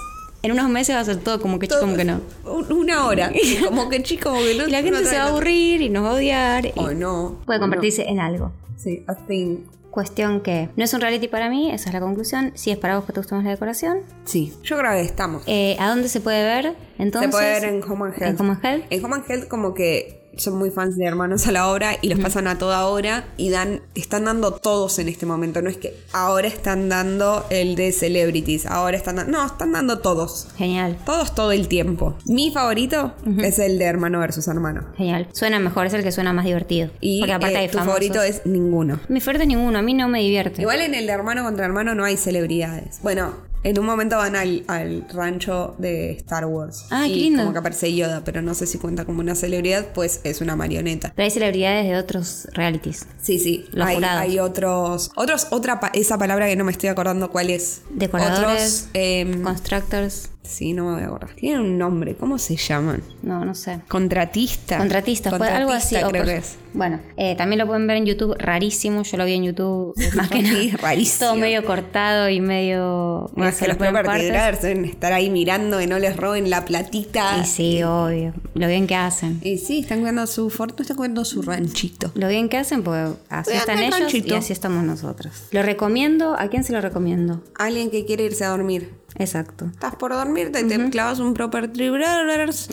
[SPEAKER 3] En unos meses va a ser todo como que chico, como que no.
[SPEAKER 2] Un- Una
[SPEAKER 3] [laughs]
[SPEAKER 2] hora. Como que chico, como que no.
[SPEAKER 3] Y la gente
[SPEAKER 2] no
[SPEAKER 3] se va a
[SPEAKER 2] trae-
[SPEAKER 3] aburrir y nos va a odiar. y
[SPEAKER 2] O Oh, no.
[SPEAKER 3] puede
[SPEAKER 2] o
[SPEAKER 3] convertirse en algo.
[SPEAKER 2] no. Sí, I think.
[SPEAKER 3] Cuestión que no es un reality para mí, esa es la conclusión. Si es para vos que te gusta más la decoración.
[SPEAKER 2] Sí. Yo creo que estamos.
[SPEAKER 3] Eh, ¿A dónde se puede ver? Entonces,
[SPEAKER 2] se puede ver en Home and Health.
[SPEAKER 3] En Home and Health.
[SPEAKER 2] En Home and Health como que son muy fans de Hermanos a la Obra y los pasan a toda hora y dan están dando todos en este momento. No es que ahora están dando el de Celebrities, ahora están dando... No, están dando todos.
[SPEAKER 3] Genial.
[SPEAKER 2] Todos todo el tiempo. Mi favorito es el de Hermano versus Hermano.
[SPEAKER 3] Genial. Suena mejor, es el que suena más divertido.
[SPEAKER 2] Y
[SPEAKER 3] Porque aparte
[SPEAKER 2] eh,
[SPEAKER 3] hay
[SPEAKER 2] tu
[SPEAKER 3] famosos.
[SPEAKER 2] favorito es ninguno.
[SPEAKER 3] Mi favorito es ninguno, a mí no me divierte.
[SPEAKER 2] Igual en el de hermano contra hermano no hay celebridades. Bueno, en un momento van al, al rancho de Star Wars.
[SPEAKER 3] Ah,
[SPEAKER 2] y
[SPEAKER 3] qué lindo.
[SPEAKER 2] Como que aparece Yoda, pero no sé si cuenta como una celebridad, pues es una marioneta.
[SPEAKER 3] Pero hay celebridades de otros realities.
[SPEAKER 2] Sí, sí.
[SPEAKER 3] Los
[SPEAKER 2] hay,
[SPEAKER 3] jurados.
[SPEAKER 2] hay otros. Otros, otra pa- esa palabra que no me estoy acordando cuál es.
[SPEAKER 3] Decoradores,
[SPEAKER 2] Otros. em,
[SPEAKER 3] constructors,
[SPEAKER 2] sí, no me voy a acordar. Tienen un nombre, ¿cómo se llaman?
[SPEAKER 3] no, no sé.
[SPEAKER 2] Contratista.
[SPEAKER 3] Contratistas, puede- algo así.
[SPEAKER 2] Contratista,
[SPEAKER 3] o
[SPEAKER 2] creo
[SPEAKER 3] per-
[SPEAKER 2] que es.
[SPEAKER 3] Bueno, eh, también lo pueden ver en YouTube, rarísimo. Yo lo vi
[SPEAKER 2] [laughs]
[SPEAKER 3] en YouTube, más que
[SPEAKER 2] Sí,
[SPEAKER 3] nada.
[SPEAKER 2] rarísimo.
[SPEAKER 3] Todo medio cortado y medio.
[SPEAKER 2] Bueno,
[SPEAKER 3] eh,
[SPEAKER 2] es que
[SPEAKER 3] se
[SPEAKER 2] los
[SPEAKER 3] lo ponen
[SPEAKER 2] property
[SPEAKER 3] partes.
[SPEAKER 2] brothers deben estar ahí mirando que no les roben la platita.
[SPEAKER 3] Ah, Y sí, obvio. Lo bien que hacen.
[SPEAKER 2] Y sí, están cuidando su fortuna, están cuidando su ranchito.
[SPEAKER 3] Lo bien que hacen, pues así
[SPEAKER 2] Cuidan
[SPEAKER 3] están
[SPEAKER 2] el
[SPEAKER 3] ellos
[SPEAKER 2] ranchito.
[SPEAKER 3] y así estamos nosotros. Lo recomiendo. ¿A quién se lo recomiendo?
[SPEAKER 2] Alguien que quiere irse a dormir.
[SPEAKER 3] Exacto.
[SPEAKER 2] Estás por dormirte, te clavas un Property
[SPEAKER 3] [laughs]
[SPEAKER 2] Brothers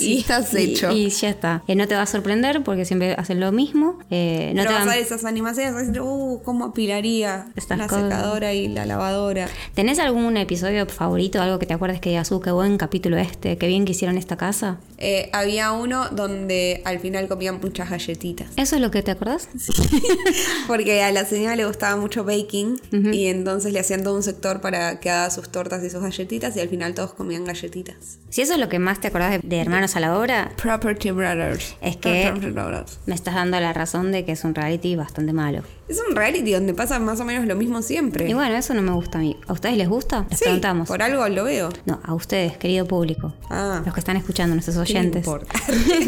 [SPEAKER 2] y estás hecho.
[SPEAKER 3] Y, y ya está. Eh, no te va a sorprender porque siempre hacen lo mismo. Eh, no
[SPEAKER 2] Pero
[SPEAKER 3] te
[SPEAKER 2] vas a
[SPEAKER 3] van-
[SPEAKER 2] ver esas animaciones, vas a decir, uh, cómo apilaría
[SPEAKER 3] Estas
[SPEAKER 2] la
[SPEAKER 3] cosas.
[SPEAKER 2] secadora y la lavadora.
[SPEAKER 3] ¿Tenés algún episodio favorito, algo que te acuerdes que digas, uh, qué buen capítulo este, qué bien que hicieron esta casa?
[SPEAKER 2] Eh, había uno donde al final comían muchas galletitas.
[SPEAKER 3] ¿Eso es lo que te acordás?
[SPEAKER 2] Porque a la señora le gustaba mucho baking y entonces le hacían todo un sector para que haga sus tortas y sus galletitas y al final todos comían galletitas.
[SPEAKER 3] Si eso es lo que más te acordás de, de Hermanos a la Obra,
[SPEAKER 2] Property Brothers.
[SPEAKER 3] Es que-
[SPEAKER 2] Property Brothers.
[SPEAKER 3] me estás dando la razón de que es un reality bastante malo.
[SPEAKER 2] Es un reality donde pasa más o menos lo mismo siempre.
[SPEAKER 3] Y bueno, eso no me gusta a mí. ¿A ustedes les gusta? Les
[SPEAKER 2] Sí,
[SPEAKER 3] preguntamos.
[SPEAKER 2] Por algo lo veo.
[SPEAKER 3] No, a ustedes, querido público.
[SPEAKER 2] Ah.
[SPEAKER 3] Los que están escuchando, nuestros
[SPEAKER 2] ¿Qué me
[SPEAKER 3] oyentes. [laughs]
[SPEAKER 2] importa?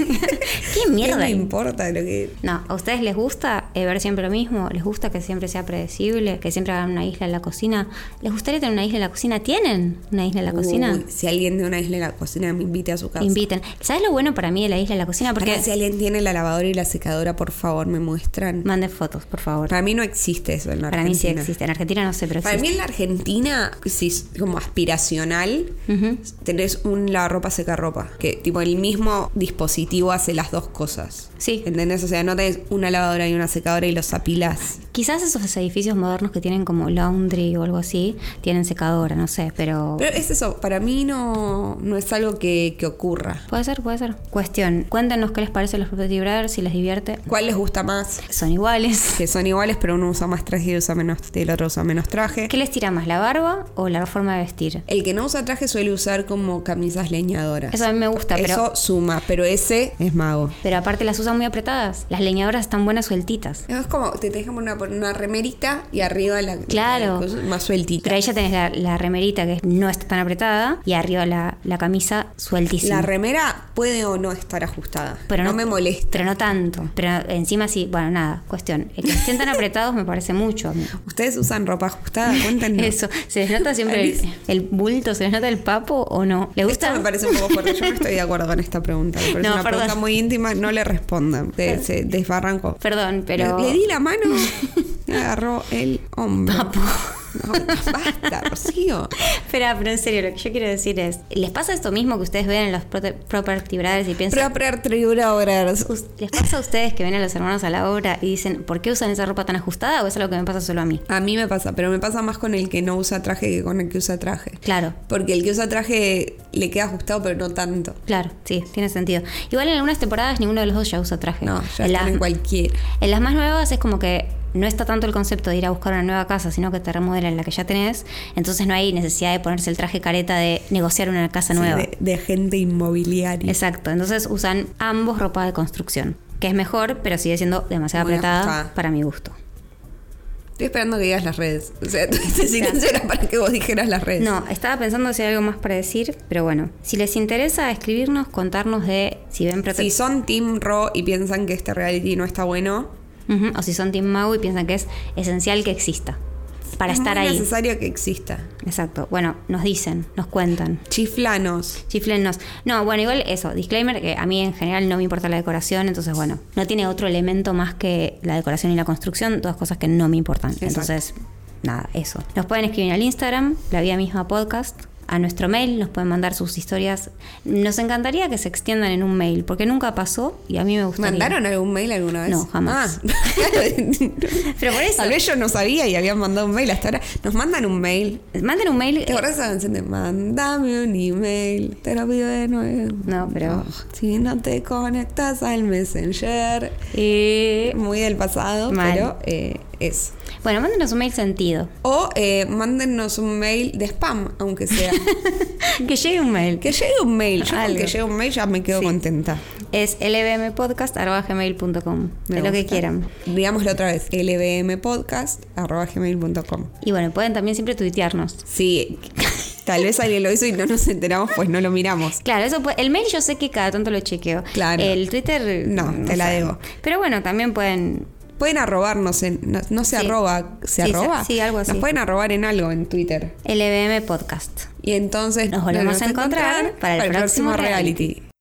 [SPEAKER 3] ¿Qué
[SPEAKER 2] ¿Qué
[SPEAKER 3] mierda?
[SPEAKER 2] me importa lo que.?
[SPEAKER 3] No, ¿a ustedes les gusta eh, ver siempre lo mismo? ¿Les gusta que siempre sea predecible? ¿Que siempre hagan una isla en la cocina? ¿Les gustaría tener una isla en la cocina? ¿Tienen una isla en la cocina?
[SPEAKER 2] Uy, si alguien de una isla en la cocina me invite a su casa.
[SPEAKER 3] Inviten. ¿Sabes lo bueno para mí de la isla en la cocina? Porque
[SPEAKER 2] Porque si alguien tiene la lavadora y la secadora, por favor, me muestran.
[SPEAKER 3] manden fotos, por favor. ahora.
[SPEAKER 2] Para mí no existe eso en la
[SPEAKER 3] Para mí sí
[SPEAKER 2] Argentina.
[SPEAKER 3] existe. En Argentina no sé, pero
[SPEAKER 2] Para
[SPEAKER 3] existe.
[SPEAKER 2] mí en la Argentina, si es como aspiracional,
[SPEAKER 3] Ujú.
[SPEAKER 2] tenés un lavarropa secarropa. Que tipo el mismo dispositivo hace las dos cosas.
[SPEAKER 3] Sí.
[SPEAKER 2] ¿Entendés? O sea, no tenés una lavadora y una secadora y los apilás.
[SPEAKER 3] Quizás esos edificios modernos que tienen como laundry o algo así, tienen secadora, no sé, pero...
[SPEAKER 2] Pero Eh, es eso, para mí no, no es algo que, que ocurra.
[SPEAKER 3] Puede ser, puede ser. Cuestión, cuéntenos qué les parece a los Property Brothers, si les divierte.
[SPEAKER 2] ¿Cuál les gusta más? [laughs]
[SPEAKER 3] Son iguales.
[SPEAKER 2] Que son iguales, pero uno usa más traje y usa menos, el otro usa menos traje.
[SPEAKER 3] ¿Qué les tira más, la barba o la forma de vestir?
[SPEAKER 2] El que no usa traje suele usar como camisas leñadoras.
[SPEAKER 3] Eso a mí me gusta, pero...
[SPEAKER 2] Eso suma, pero ese es mago.
[SPEAKER 3] Pero aparte las usan muy apretadas. Las leñadoras están buenas sueltitas.
[SPEAKER 2] Es como, te tenés como una, una remerita y arriba la
[SPEAKER 3] Claro.
[SPEAKER 2] la cosa más sueltita.
[SPEAKER 3] Pero ahí ya tenés la, la remerita que no está tan apretada y arriba la, la camisa sueltísima.
[SPEAKER 2] La remera puede o no estar ajustada.
[SPEAKER 3] pero
[SPEAKER 2] no, me molesta.
[SPEAKER 3] Pero no tanto. Pero encima sí, bueno, nada, cuestión. El que estén tan apretados me parece mucho. a mí.
[SPEAKER 2] ¿Ustedes usan ropa [laughs] ajustada? Cuéntenos.
[SPEAKER 3] Eso, ¿se les nota siempre el, el bulto? ¿Se les nota el papo o no? ¿Le
[SPEAKER 2] Esto
[SPEAKER 3] gusta?
[SPEAKER 2] me parece un poco fuerte. Yo no estoy de acuerdo con esta pregunta. Me parece
[SPEAKER 3] No,
[SPEAKER 2] una
[SPEAKER 3] perdón.
[SPEAKER 2] pregunta muy íntima. No le respondan. Se, se desbarran con-
[SPEAKER 3] Perdón, pero.
[SPEAKER 2] Le, le di la
[SPEAKER 3] [laughs]
[SPEAKER 2] mano. Me agarró el hombro.
[SPEAKER 3] Papo.
[SPEAKER 2] No, basta, Rocío.
[SPEAKER 3] Espera, pero en serio, lo que yo quiero decir es: ¿les pasa esto mismo que ustedes ven en los prote- property brothers y piensan.
[SPEAKER 2] Proper Tribrothers.
[SPEAKER 3] us- ¿Les pasa a ustedes que ven a los hermanos a la obra y dicen, ¿por qué usan esa ropa tan ajustada o es algo que me pasa solo a mí?
[SPEAKER 2] A mí me pasa, pero me pasa más con el que no usa traje que con el que usa traje.
[SPEAKER 3] Claro.
[SPEAKER 2] Porque el que usa traje le queda ajustado, pero no tanto.
[SPEAKER 3] Claro, sí, tiene sentido. Igual en algunas temporadas ninguno de los dos ya usa traje.
[SPEAKER 2] No, ya
[SPEAKER 3] en,
[SPEAKER 2] están en
[SPEAKER 3] las,
[SPEAKER 2] cualquiera.
[SPEAKER 3] en las más nuevas es como que no está tanto el concepto de ir a buscar una nueva casa, sino que te remodelan la que ya tenés. Entonces no hay necesidad de ponerse el traje careta de negociar una casa nueva.
[SPEAKER 2] De, de agente inmobiliario.
[SPEAKER 3] Exacto, entonces usan ambos ropa de construcción, que es mejor, pero sigue siendo demasiado
[SPEAKER 2] Muy
[SPEAKER 3] apretada
[SPEAKER 2] ajustada.
[SPEAKER 3] para mi gusto.
[SPEAKER 2] Estoy esperando que digas las redes. O sea, [laughs] este silencio era para que vos dijeras las redes.
[SPEAKER 3] No, estaba pensando si hay algo más para decir, pero bueno, si les interesa escribirnos, contarnos de si ven Prote-
[SPEAKER 2] Si son Team Ro y piensan que este reality no está bueno,
[SPEAKER 3] Ujú, o si son Team Mau y piensan que es esencial que exista para
[SPEAKER 2] es
[SPEAKER 3] estar
[SPEAKER 2] muy
[SPEAKER 3] ahí.
[SPEAKER 2] necesario que exista.
[SPEAKER 3] Exacto. Bueno, nos dicen, nos cuentan.
[SPEAKER 2] Chiflanos.
[SPEAKER 3] Chiflennos. No, bueno, igual eso, disclaimer, que a mí en general no me importa la decoración, entonces bueno, no tiene otro elemento más que la decoración y la construcción, dos cosas que no me importan.
[SPEAKER 2] Exacto.
[SPEAKER 3] Entonces, nada, eso. Nos pueden escribir al Instagram, la vida misma podcast, a nuestro mail, nos pueden mandar sus historias. Nos encantaría que se extiendan en un mail, porque nunca pasó y a mí me gustaría.
[SPEAKER 2] ¿Mandaron algún mail alguna vez?
[SPEAKER 3] No,
[SPEAKER 2] [laughs]
[SPEAKER 3] jamás.
[SPEAKER 2] Ah.
[SPEAKER 3] [laughs] Pero por eso,
[SPEAKER 2] Tal vez yo no sabía y habían mandado un mail hasta ahora. Nos mandan un mail.
[SPEAKER 3] manden un mail.
[SPEAKER 2] ¿Te
[SPEAKER 3] eh,
[SPEAKER 2] acuerdas esa canción de Mándame un email? Te lo pido de nuevo. Ah,
[SPEAKER 3] No, pero-
[SPEAKER 2] si no te conectas al Messenger.
[SPEAKER 3] eh,
[SPEAKER 2] Muy del pasado,
[SPEAKER 3] Mal.
[SPEAKER 2] pero eh, es.
[SPEAKER 3] Bueno, mándenos un
[SPEAKER 2] [laughs]
[SPEAKER 3] mail sentido.
[SPEAKER 2] O eh, mándennos un mail de spam, aunque
[SPEAKER 3] [laughs]
[SPEAKER 2] sea.
[SPEAKER 3] que llegue un mail.
[SPEAKER 2] que llegue un mail. Yo con
[SPEAKER 3] Algo.
[SPEAKER 2] que llegue un mail ya me quedo
[SPEAKER 3] Sí.
[SPEAKER 2] contenta.
[SPEAKER 3] Es lbmpodcast.com.
[SPEAKER 2] Me
[SPEAKER 3] De lo que
[SPEAKER 2] gusta.
[SPEAKER 3] quieran.
[SPEAKER 2] Digámoslo otra vez. lbmpodcast.gmail.com
[SPEAKER 3] Y bueno, pueden también siempre tuitearnos.
[SPEAKER 2] Sí, [laughs] tal vez alguien lo hizo y no nos enteramos, pues no lo miramos.
[SPEAKER 3] Claro, eso puede- el mail yo sé que cada tanto lo chequeo.
[SPEAKER 2] Claro.
[SPEAKER 3] El Twitter.
[SPEAKER 2] No, te la
[SPEAKER 3] sé.
[SPEAKER 2] debo.
[SPEAKER 3] Pero bueno, también pueden.
[SPEAKER 2] Pueden arrobarnos en. No, no se
[SPEAKER 3] Sí.
[SPEAKER 2] arroba. ¿Se
[SPEAKER 3] Sí, se-
[SPEAKER 2] arroba?
[SPEAKER 3] sí, algo así.
[SPEAKER 2] Nos pueden arrobar en algo en Twitter.
[SPEAKER 3] LBM E Podcast.
[SPEAKER 2] Y entonces.
[SPEAKER 3] Nos volvemos a encontrar para el próximo reality.